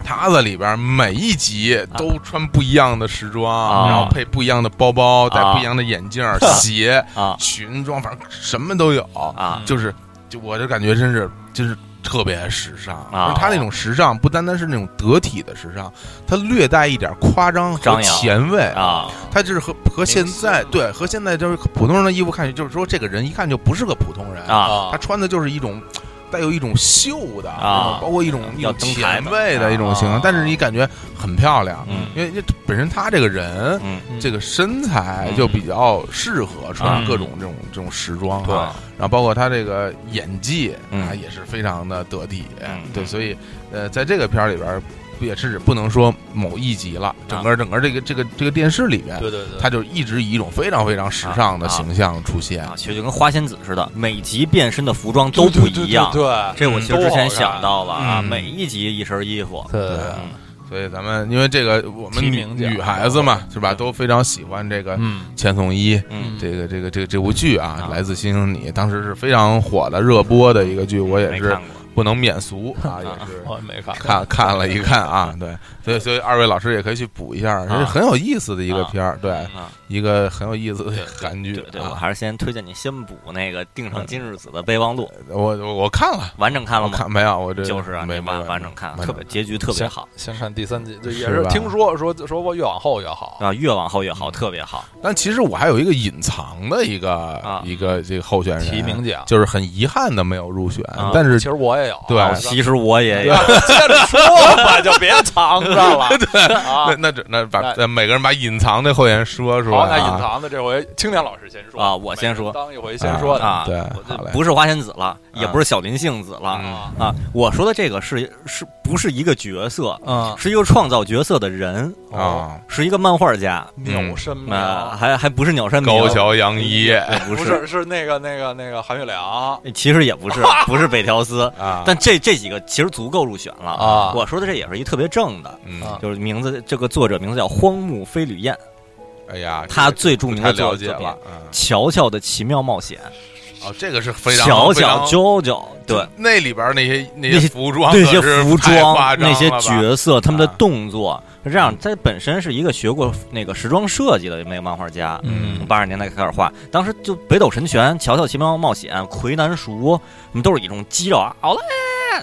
她在里边每一集都穿不一样的时啊装，然后配不一样的包包，戴啊不一样的眼镜、 [laughs] 鞋、啊裙装，反正什么都有。啊就是，就我就感觉真是，真是特别时尚。啊他那种时尚不单单是那种得体的时尚，它略带一点夸张和张扬前卫。啊，它就是和和现在对和现在就是普通人的衣服看去，就是说这个人一看就不是个普通人啊他穿的就是一种带有一种秀的啊包括一种一要种登台前的卫的一种形啊象，但是你感觉很漂亮，嗯因为这本身他这个人。嗯这个身材嗯就比较适合穿嗯各种这种这种时装，啊对，然后包括他这个演技嗯啊，也是非常的得体嗯，对，所以呃，在这个片儿里边儿，也是不能说某一集啊了，整个整个这个这个这个电视里边，对对对，他就一直以一种非常非常时尚的啊啊形象出现啊，其实就跟花仙子似的，每集变身的服装都不一样，对，这我其实嗯之前想到了啊，嗯每一集一身衣服，对嗯所以咱们因为这个我们提女名奖女孩子嘛，是吧，对都非常喜欢这个嗯千颂伊。嗯，这个这个这个这部剧啊啊，来自星星你，当时是非常火的热播的一个剧，我也没是看过哦不能 [laughs] 免俗啊，也是我也没看，看看了一看啊，对，所以所以二位老师也可以去补一下，这是很有意思的一个片儿，对，啊，一个很有意思的 [laughs] 韩剧对对，我啊，还是先推荐你先补那个《定上今日子》的备忘录，我我我看了，完整看了呃我吗？看没有，我这就是啊，没你没完没完整看，完特别结局特别好先看第三集，就也是是吧听说说说过越往后越好，啊，越往后越嗯好，特别好但其实我还有一个隐藏的一啊个一个这个候选人提名，奖。就是很遗憾的没有入选啊，但其是实我也有，对啊其实我也有，接着说吧，就别藏着 [laughs] 了。啊那，那只那把那咱每个人把隐藏的候选人说说好，那啊，隐藏的这回青年老师先说啊我先说每人当一回先说的啊对我，这好嘞，嗯不是花仙子了，也不是小林幸子了啊啊，我说的这个是是不是一个角色，嗯，是一个创造角色的人，啊，是一个漫画家，扭身苗啊，还还不是鸟山明，嗯高桥洋一也不 [laughs] 不是，是是那个那个那个韩月良，其实也不是，不是北条司，啊，但这这几个其实足够入选了啊我说的这也是一特别正的，嗯，啊就是名字这个作者名字叫荒木飞吕彦，哎呀，他这最著名太的作了品解了，啊，《乔乔的奇妙冒险哦，这个是非》，常乔非乔常 JoJo 对。那里边儿那些那那些些服装那可些是服太夸装、张那了些吧角色、他们的啊动作是这样。他本身是一个学过那个时装设计的那个漫画家，嗯八十年代开始画，当时就《北斗神拳》《乔乔奇妙冒险》《魁南熟》，那都是以这种肌肉啊，奥嘞，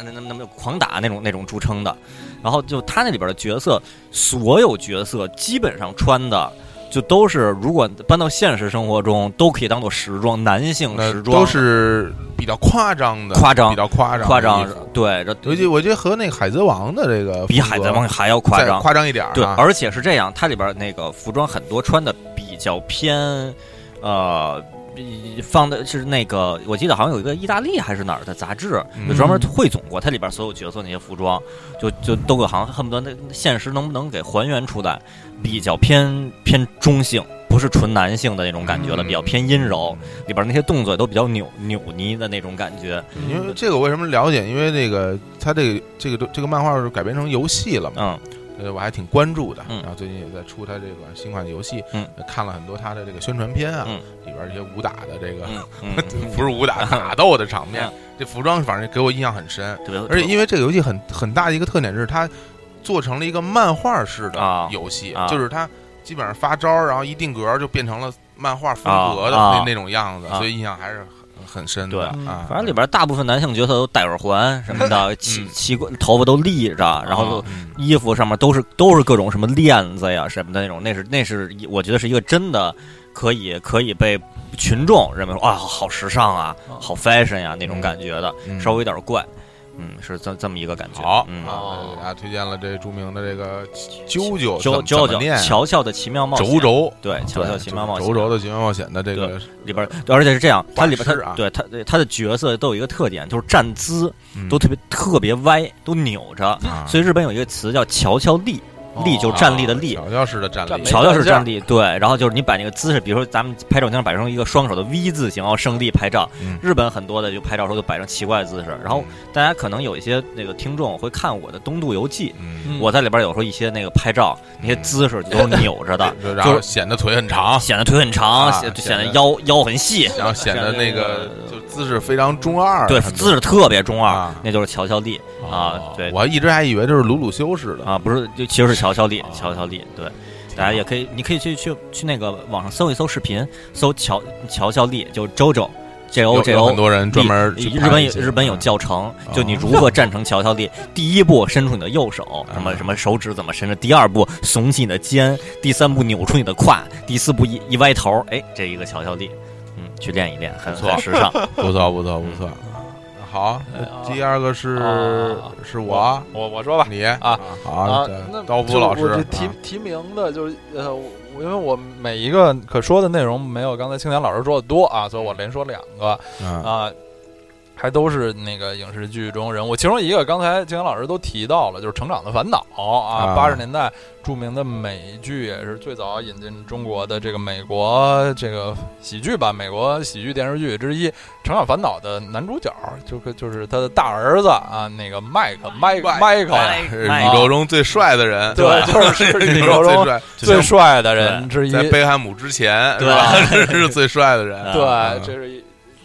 那那那那狂打那种那种著称的。然后就他那里边的角色，所有角色基本上穿的。就都是，如果搬到现实生活中，都可以当做时装，男性那时装都是比较夸张的，夸张比较夸张的夸张衣服，对，这尤其我觉得和那个海贼王的这个比风海格贼王还要夸再张，夸张一点儿啊，对，而且是这样，它里边那个服装很多穿的比较偏，呃，比放的是那个，我记得好像有一个意大利还是哪儿的杂志，嗯就专门汇总过它里边所有角色那些服装，就就都给好像恨不得那现实能不能给还原出来，比较偏偏中性。不是纯男性的那种感觉了，嗯比较偏阴柔，里边那些动作也都比较扭扭捏的那种感觉因为这个我为什么了解？因为那个他这个这个这个漫画是改编成游戏了嘛，嗯，呃，我还挺关注的。嗯然后最近也在出他这款新款的游戏，嗯呃看了很多他的这个宣传片啊，嗯里边儿一些武打的这个、嗯嗯， [laughs] 不是武打打斗的场面，嗯这服装反正给我印象很深。特别，而且因为这个游戏很很大的一个特点是它做成了一个漫画式啊的游戏，啊就是它基本上发招儿，然后一定格就变成了漫画风格的啊那啊那种样子，啊所以印象还是很很深的对啊。反正里边大部分男性角色都戴耳环什么的， [laughs] 奇奇怪，头发都立着，然后嗯啊嗯衣服上面都是都是各种什么链子呀什么的那种，那是那是一我觉得是一个真的可以可以被群众认为说啊好时尚啊，好 fashion 呀、那种感觉的，嗯稍微有点怪，嗯，是这这么一个感觉。好嗯，啊，给大家推荐了这著名的这个啾啾九怎九么怎九么念啊乔乔的奇妙冒险，轴轴对乔乔奇妙冒险轴轴的奇妙冒险的这个里边，而且是这样，它里边画师啊它对它它的角色都有一个特点，就是站姿嗯都特别特别歪，都扭着，啊哦所以日本有一个词叫乔乔立，立就是站立的立。乔乔式的嗯站站立没乔乔站是线站立，对，然后就是你把那个姿势，比如说咱们拍照经常摆成一个双手的 V 字形，然后胜利拍照。嗯日本很多的就拍照时候就摆成奇怪的姿势，然后大家可能有一些那个听众会看我的《东渡游记》，嗯，我在里边有时候一些那个拍照那些姿势都是扭着的，就然后显得腿很长，显得腿很啊长，显显显得得腰腰很细，然后显得那显个得就姿势非常中二，呃对很多姿势特别中二啊，哦那就是乔乔立哦啊，对我还一直还以为这是鲁鲁修式的，啊，不是就其实是乔乔立啊，乔乔立对。大家也可以，你可以去去去那个网上搜一搜视频，搜乔乔乔丽，就是 JoJo J 有 O J 有 O，很多人专门去日拍本有一些日本有啊教程，啊就你如何站成乔乔立。第一步，伸出你的右手，什嗯么什么手指怎么伸着；第二步，耸起你的肩；第三步，扭出你的胯；第四步一一歪头，哎，这一个乔乔立，嗯，去练一练，很不错很时尚。不错不错不嗯错。好，第二个是呃啊是我我我说吧，你啊好，那刀就夫老我这师啊提提名的就是呃，我我因为我每一个可说的内容没有刚才青年老师说的多啊，所以我连说两个啊啊，还都是那个影视剧中人物。其中一个刚才青年老师都提到了，就是《成长的烦恼》啊啊，八十、年代著名的美剧，也是最早引进中国的这个美国这个喜剧吧，美国喜剧电视剧之一，《成长烦恼》的男主角就是就是他的大儿子啊，那个麦克麦克麦克。 [laughs] 嗯是宇啊宙中最帅的人，对， [laughs] 就是是宇宇宙宙最中帅，最就帅的人之一。像在贝汉姆之前，对是 [laughs] 吧？ [laughs] 是最帅的人，对对嗯，这是一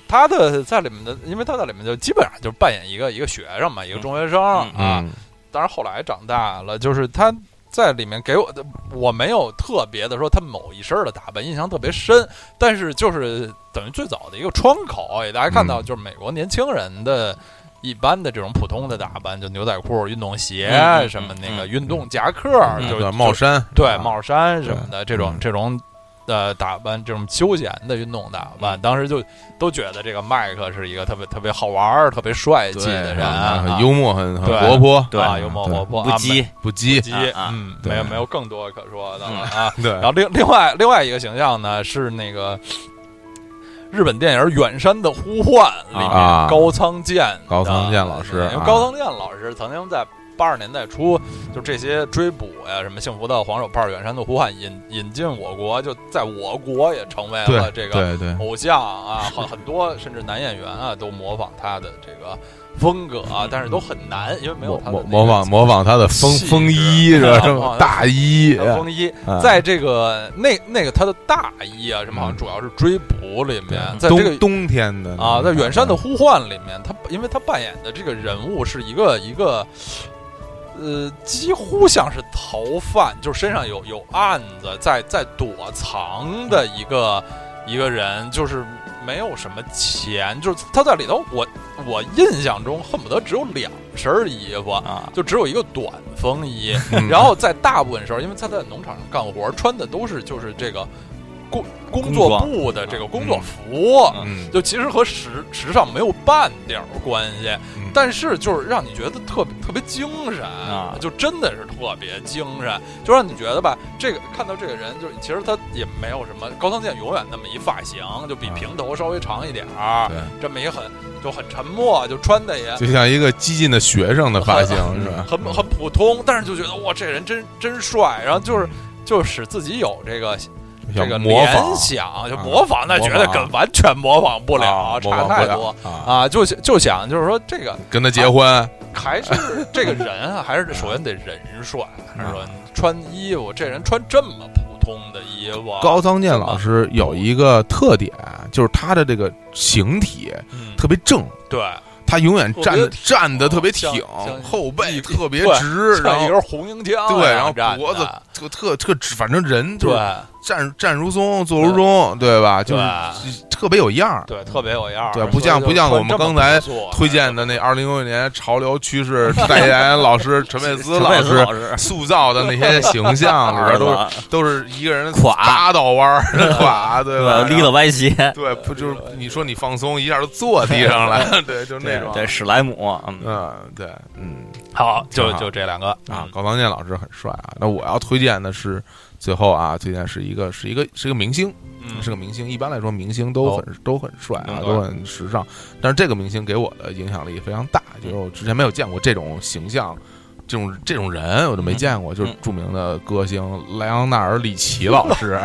他的在里面的，因为他在里面就基本上就是扮演一个一个学生嘛，一个中学生嗯啊。嗯当然后来长大了，就是他在里面给我的，我没有特别的说他某一身儿的打扮印象特别深，但是就是等于最早的一个窗口，也大家看到嗯就是美国年轻人的。一般的这种普通的打扮，就牛仔裤、运动鞋、嗯嗯什么那嗯个嗯运动夹克，嗯就对就帽衫，对啊，帽衫什么的这种嗯这种呃打扮，这种休闲的运动打扮，当时就都觉得这个麦克是一个特别特别好玩儿、特别帅气对的人，啊啊很幽默，很很对活泼，对啊，幽默活泼，不啊羁，不羁不，啊羁，啊嗯，对没有没有更多可说的了嗯啊。对，然后另另外另外一个形象呢是那个。日本电影《远山的呼唤》里面，啊高仓健的，高仓健老师对因啊为高仓健老师曾经在八十年代初，就这些追捕呀，什么幸福的黄手帕、远山的呼唤引引进我国，就在我国也成为了对这个对对，偶像啊，很很多甚至男演员啊都模仿他的这个风格啊，但是都很难，因为没有模他的嗯模那个模仿模仿他的风气质风衣是吧？啊什模么仿他大衣，风衣啊，在这个那那个他的大衣啊什么，好嗯像主要是追捕里面，在这个冬冬天的啊，在《远山的呼唤》里面，他因为他扮演的这个人物是一个一个，呃，几乎像是逃犯，就是身上有有案子在在躲藏的一个一个人，就是没有什么钱，就是他在里头，我我印象中恨不得只有两身衣服，啊，就只有一个短风衣，嗯 [laughs] 然后在大部分时候，因为他在农场上干活，穿的都是就是这个工工作工部的这个工作服。嗯，就其实和时时尚没有半点儿关系，嗯但是就是让你觉得特别特别精神啊就真的是特别精神，就让你觉得吧，这个看到这个人，就是其实他也没有什么高仓健永远那么一发型，就比啊平头稍微长一点儿，对这么一很就很沉默，就穿的也就像一个激进的学生的 [laughs] 发型是吧？很很普通，但是就觉得哇，这人真真帅，然后就是就使自己有这个这个想模仿啊联想，就模仿，那模觉仿得跟完全模仿不了，啊模差仿太不了多。啊，啊，就想就想就是说，这个跟他结婚，还是这个人啊，还是首先得人帅，是吧？嗯穿衣服，这人穿这么普通的衣服，高仓健老师有一个特点，就是他的这个形体嗯特别正，对，他永远特站别得挺站得特别挺像像，后背特别对直，然 [laughs] 像一后根红缨枪啊，对，然后站脖子着特特特直，反正人就对是站站如松，坐如钟，对吧？就是特别有样儿。对，特别有样儿，对不所像以就不像穿我们这么刚才朴素推荐的那二零一六年潮流趋势代言人老师陈佩斯陈老佩斯师老师，塑造的那些形象里边，都 [laughs] 是都是一个人垮八道弯儿垮，对吧？立了歪斜， [laughs] 对，不就是你说你放松一下就坐地上了， [laughs] 对，就是那种，啊对史莱姆，嗯，嗯，对，嗯好，就挺好就这两个，啊嗯，高仓健老师很帅啊。那我要推荐的是最后啊，推荐是一个是一个是一个明星，嗯是个明星。一般来说，明星都很、都很帅啊，嗯都很时尚。但是这个明星给我的影响力非常大，就是我之前没有见过这种形象。这种这种人我都没见过，就是著名的歌星莱昂纳尔·里奇老师，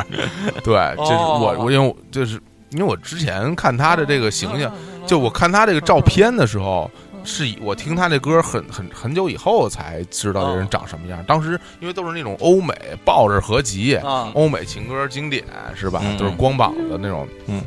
对，这是我我因为我就是因为我之前看他的这个形哦象，就我看他这个照片的时候，嗯是以我听他这歌很很很久以后才知道哦这人长什么样。当时因为都是那种欧美抱着合集，嗯啊，欧美情歌经典是吧？嗯都是光膀子那种。嗯，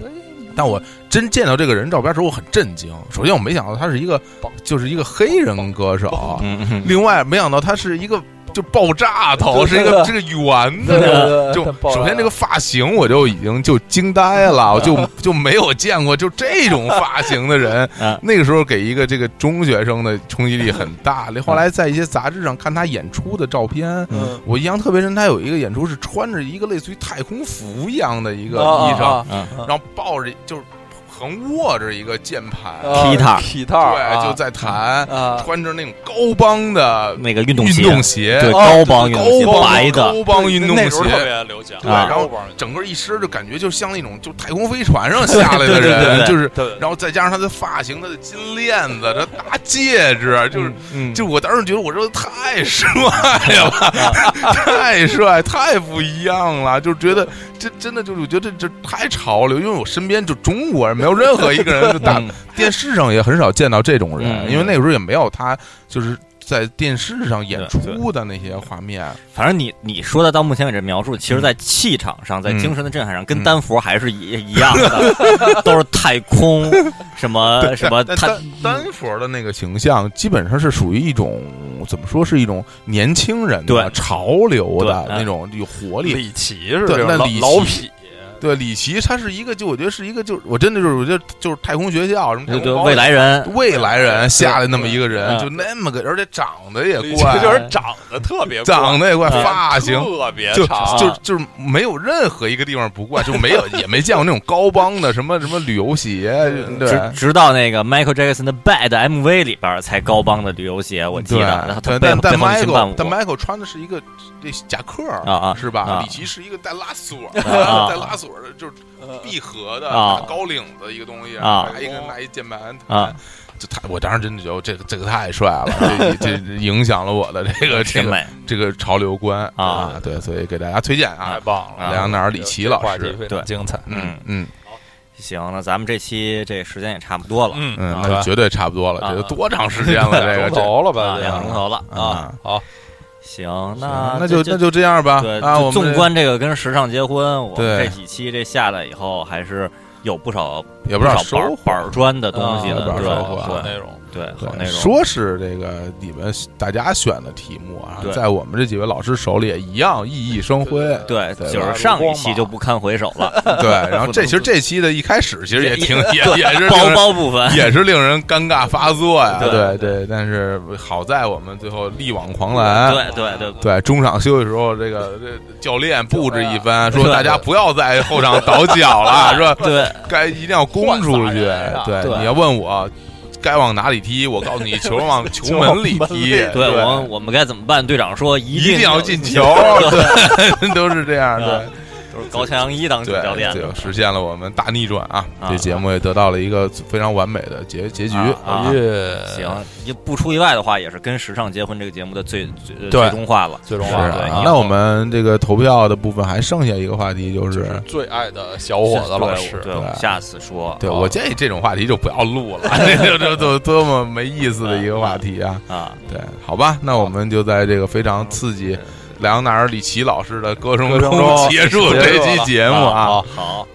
但我真见到这个人照片的时候，我很震惊。首先，我没想到他是一个就是一个黑人歌手，嗯嗯另外没想到他是一个就爆炸头，是一个这个圆的对那种 [laughs] 对对就太爆首了先这个发型我就已经就惊呆了，我就就没有见过就这种发型的人嗯。那个时候给一个这个中学生的冲击力很大。后来在一些杂志上看他演出的照片，嗯我印象特别深，他有一个演出是穿着一个类似于太空服一样的一个啊衣裳，啊嗯，然后抱着就是横握着一个键盘，啊踢踏踢踏，啊对，就在弹，啊，穿着那种高帮的嗯那个运动运鞋，动鞋，啊哦对高高帮运动鞋，帮白的，高帮运动那时候鞋特。别流行，对，啊然后整个一身就感觉就像那种就太空飞船上下来的 [laughs] 对对对对人，对就是，对然后再加上他的发型、他的金链子、他大戒指，就是。嗯，就我当时觉得我这太帅了， [laughs] 太帅，太不一样了，就觉得这真的就是我觉得这这太潮流，因为我身边就中国人没有任何一个人就打嗯 [laughs] 电视上也很少见到这种人，嗯因为那个时候也没有他就是在电视上演出的那些画面，反正你你说的到目前为止描述，嗯其实，在气场上，在精神的震撼上，跟丹佛还是一一样的，都是太空，什 [laughs] 么什么但太丹丹佛的那个形象，基本上是属于一种怎么说，是一种年轻人的对潮流的对那种有活力。李琦是对这种那老李琦老痞，对，李琦他是一个，就我觉得是一个，就我真的就是我觉得就是太空学校什么太对空对堡垒未来人，未来人下来那么一个人，嗯就那么个，而且长得也李琦怪，就是长得特别怪 [laughs] 长得也怪，嗯发型特别就长，就就是没有任何一个地方不怪，就没有也没见过那种高帮的什么什么旅游鞋，对直直到那个 Michael Jackson 的 Bad MV 里边才高帮的旅游鞋，我记对，得，然后他但背但后但背后一群伴 Michael 舞但 Michael 穿的是一个这夹克儿啊啊是吧？啊李琦是一个带拉锁儿的，啊 [laughs] 带拉锁儿的，就是嗯闭合的啊大高领子一个东西，啊拿一个拿一键盘啊，就太我当时真的觉得这个这个太帅了， [laughs] 这这这影响了我的这个这审个美，这个潮流观啊对，所以给大家推荐啊太，棒了，啊莱昂纳尔·里奇老话题师，非对常精彩，嗯嗯行，那咱们这期这时间也差不多了，嗯嗯，啊那就绝对差不多了，啊这都多长时间了？这 [laughs] 个两个钟这头了啊，吧，两个钟头了，啊啊，嗯好，行，那那就啊这那就这样吧对，啊，就我们纵这观这个跟时尚结婚，我们对这几期这下来以后，还是有不少也不不知道少收板获板砖的东西啊的，板对砖收获好啊对内容，对，对好内容。说是这个你们大家选的题目啊，对在我们这几位老师手里也一样熠熠生辉。对，对就是上一期就不堪回首 [laughs] 了，对，然后这其实这期的一开始其实也挺也也是令包人包部分。 [laughs] 也是令人尴尬发作呀。对对对，但是好在我们最后力挽狂澜。对对对，对，中场休息时候，这个这教练布置一番，说对啊大家不要在后场倒脚了，是吧？对啊该一定要攻出去。对，对你要问我该往哪里踢，我告诉你，球往球门里踢。对，对，我们我们该怎么办？队长说一一定要进球， [laughs] 对，都是这样的。都是高强阳一当主对，教练对，实现了我们大逆转啊！啊这节目也得到了一个非常完美的结结局。啊。乐行，也不出意外的话，也是跟《时尚结婚》这个节目的最最呃对最终化了。最终是话对啊以，那后我们这个投票的部分还剩下一个话题，就是是最爱的小伙子老师，对，我们下次说。对啊我建议这种话题就不要录了，这这多多么没意思的一个话题啊！啊，对，好吧，那我们就在这个非常刺激莱昂纳尔·里奇老师的歌声嗯中结束这期节目啊！好，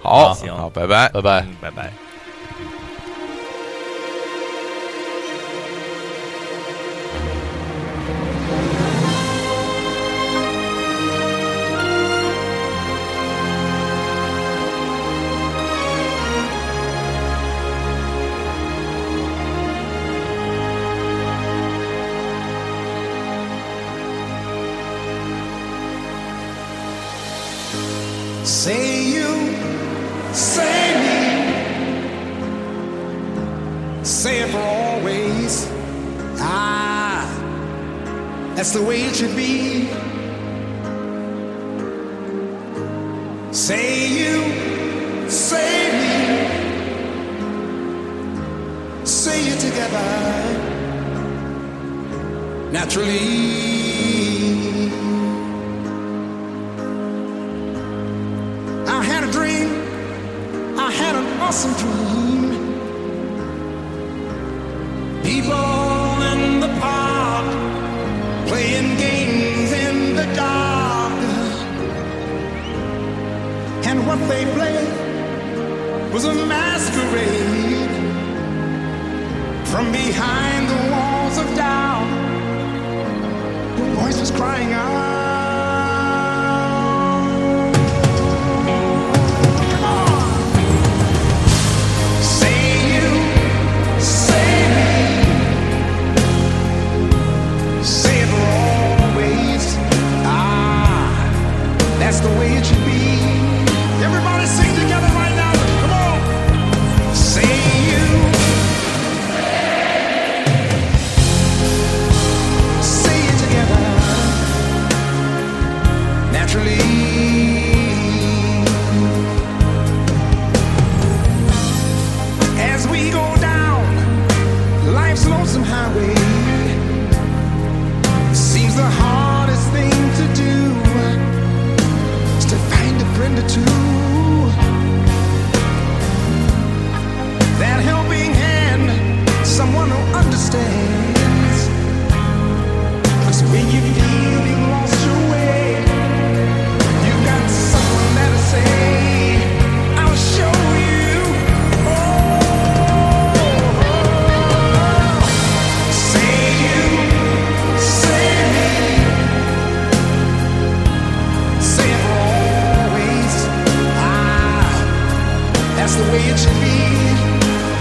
好，行，嗯好，拜拜。拜拜。嗯，拜拜。 say it for always. Ah, that's the way it should be. Say you, say me, say it together naturally. I had a dream, I had an awesome dream. People in the park playing games in the dark. And what they played was a masquerade from behind the walls of doubt. The voice was crying out. Come on! Say you, say me. Say it always. Ah, that's the way it should be. Everybody sing together right now. Come on. Say you. Say it together. Naturally. As we go down life's lonesome highway. Seems the hardest thing to do is to find a friend or two. That helping hand, someone who understands. 'Cause when you feel you lost your way, you got someone that'll say, I'll show you. Oh, say you. That's the way it should be.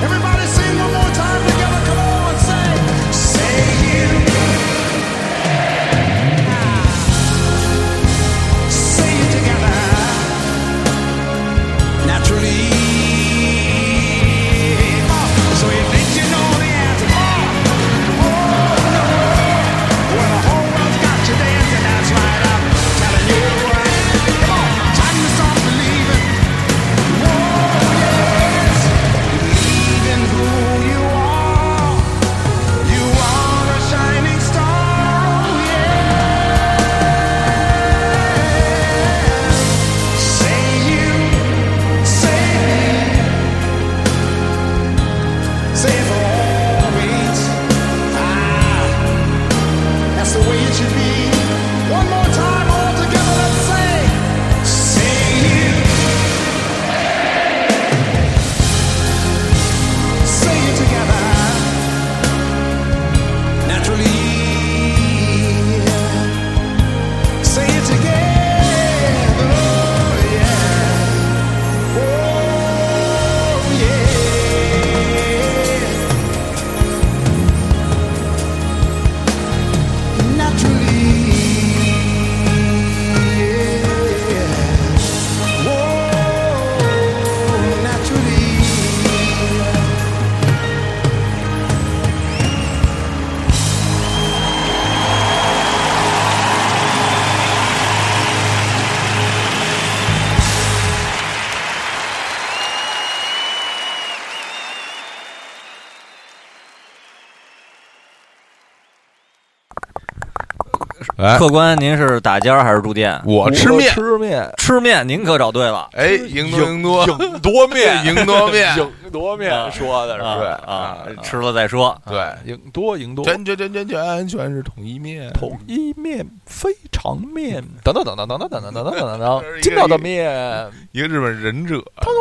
Everybody sing one more time together. Come on, say, say you. Say it together. Naturally. So you think you know the answer? Oh, no. Well, the whole world's got you dancing, that's right. I'm telling you right. Come on, time to start believing. Oh, yes. Believe in who you are. You are a shining star. Oh, yeah. Say you, say me. Say it for always. Ah. That's the way it should be. One more time, all together, let's say, say you. Say it together. Naturally. Say it together. Oh, yeah. Oh, yeah. Naturally. 哎，客官，您是打尖儿还是住店？我吃面，吃面，吃面，您可找对了。哎，赢多赢多， [laughs] 影多面，赢多面，影多面说的是吧对啊啊啊，吃了再说。对，影多影多，全全全全全全是统一面，统一面、非常面，等等等等等等等等等等等等 [laughs] 这是一个等，筋道的面，一个日本忍者，汤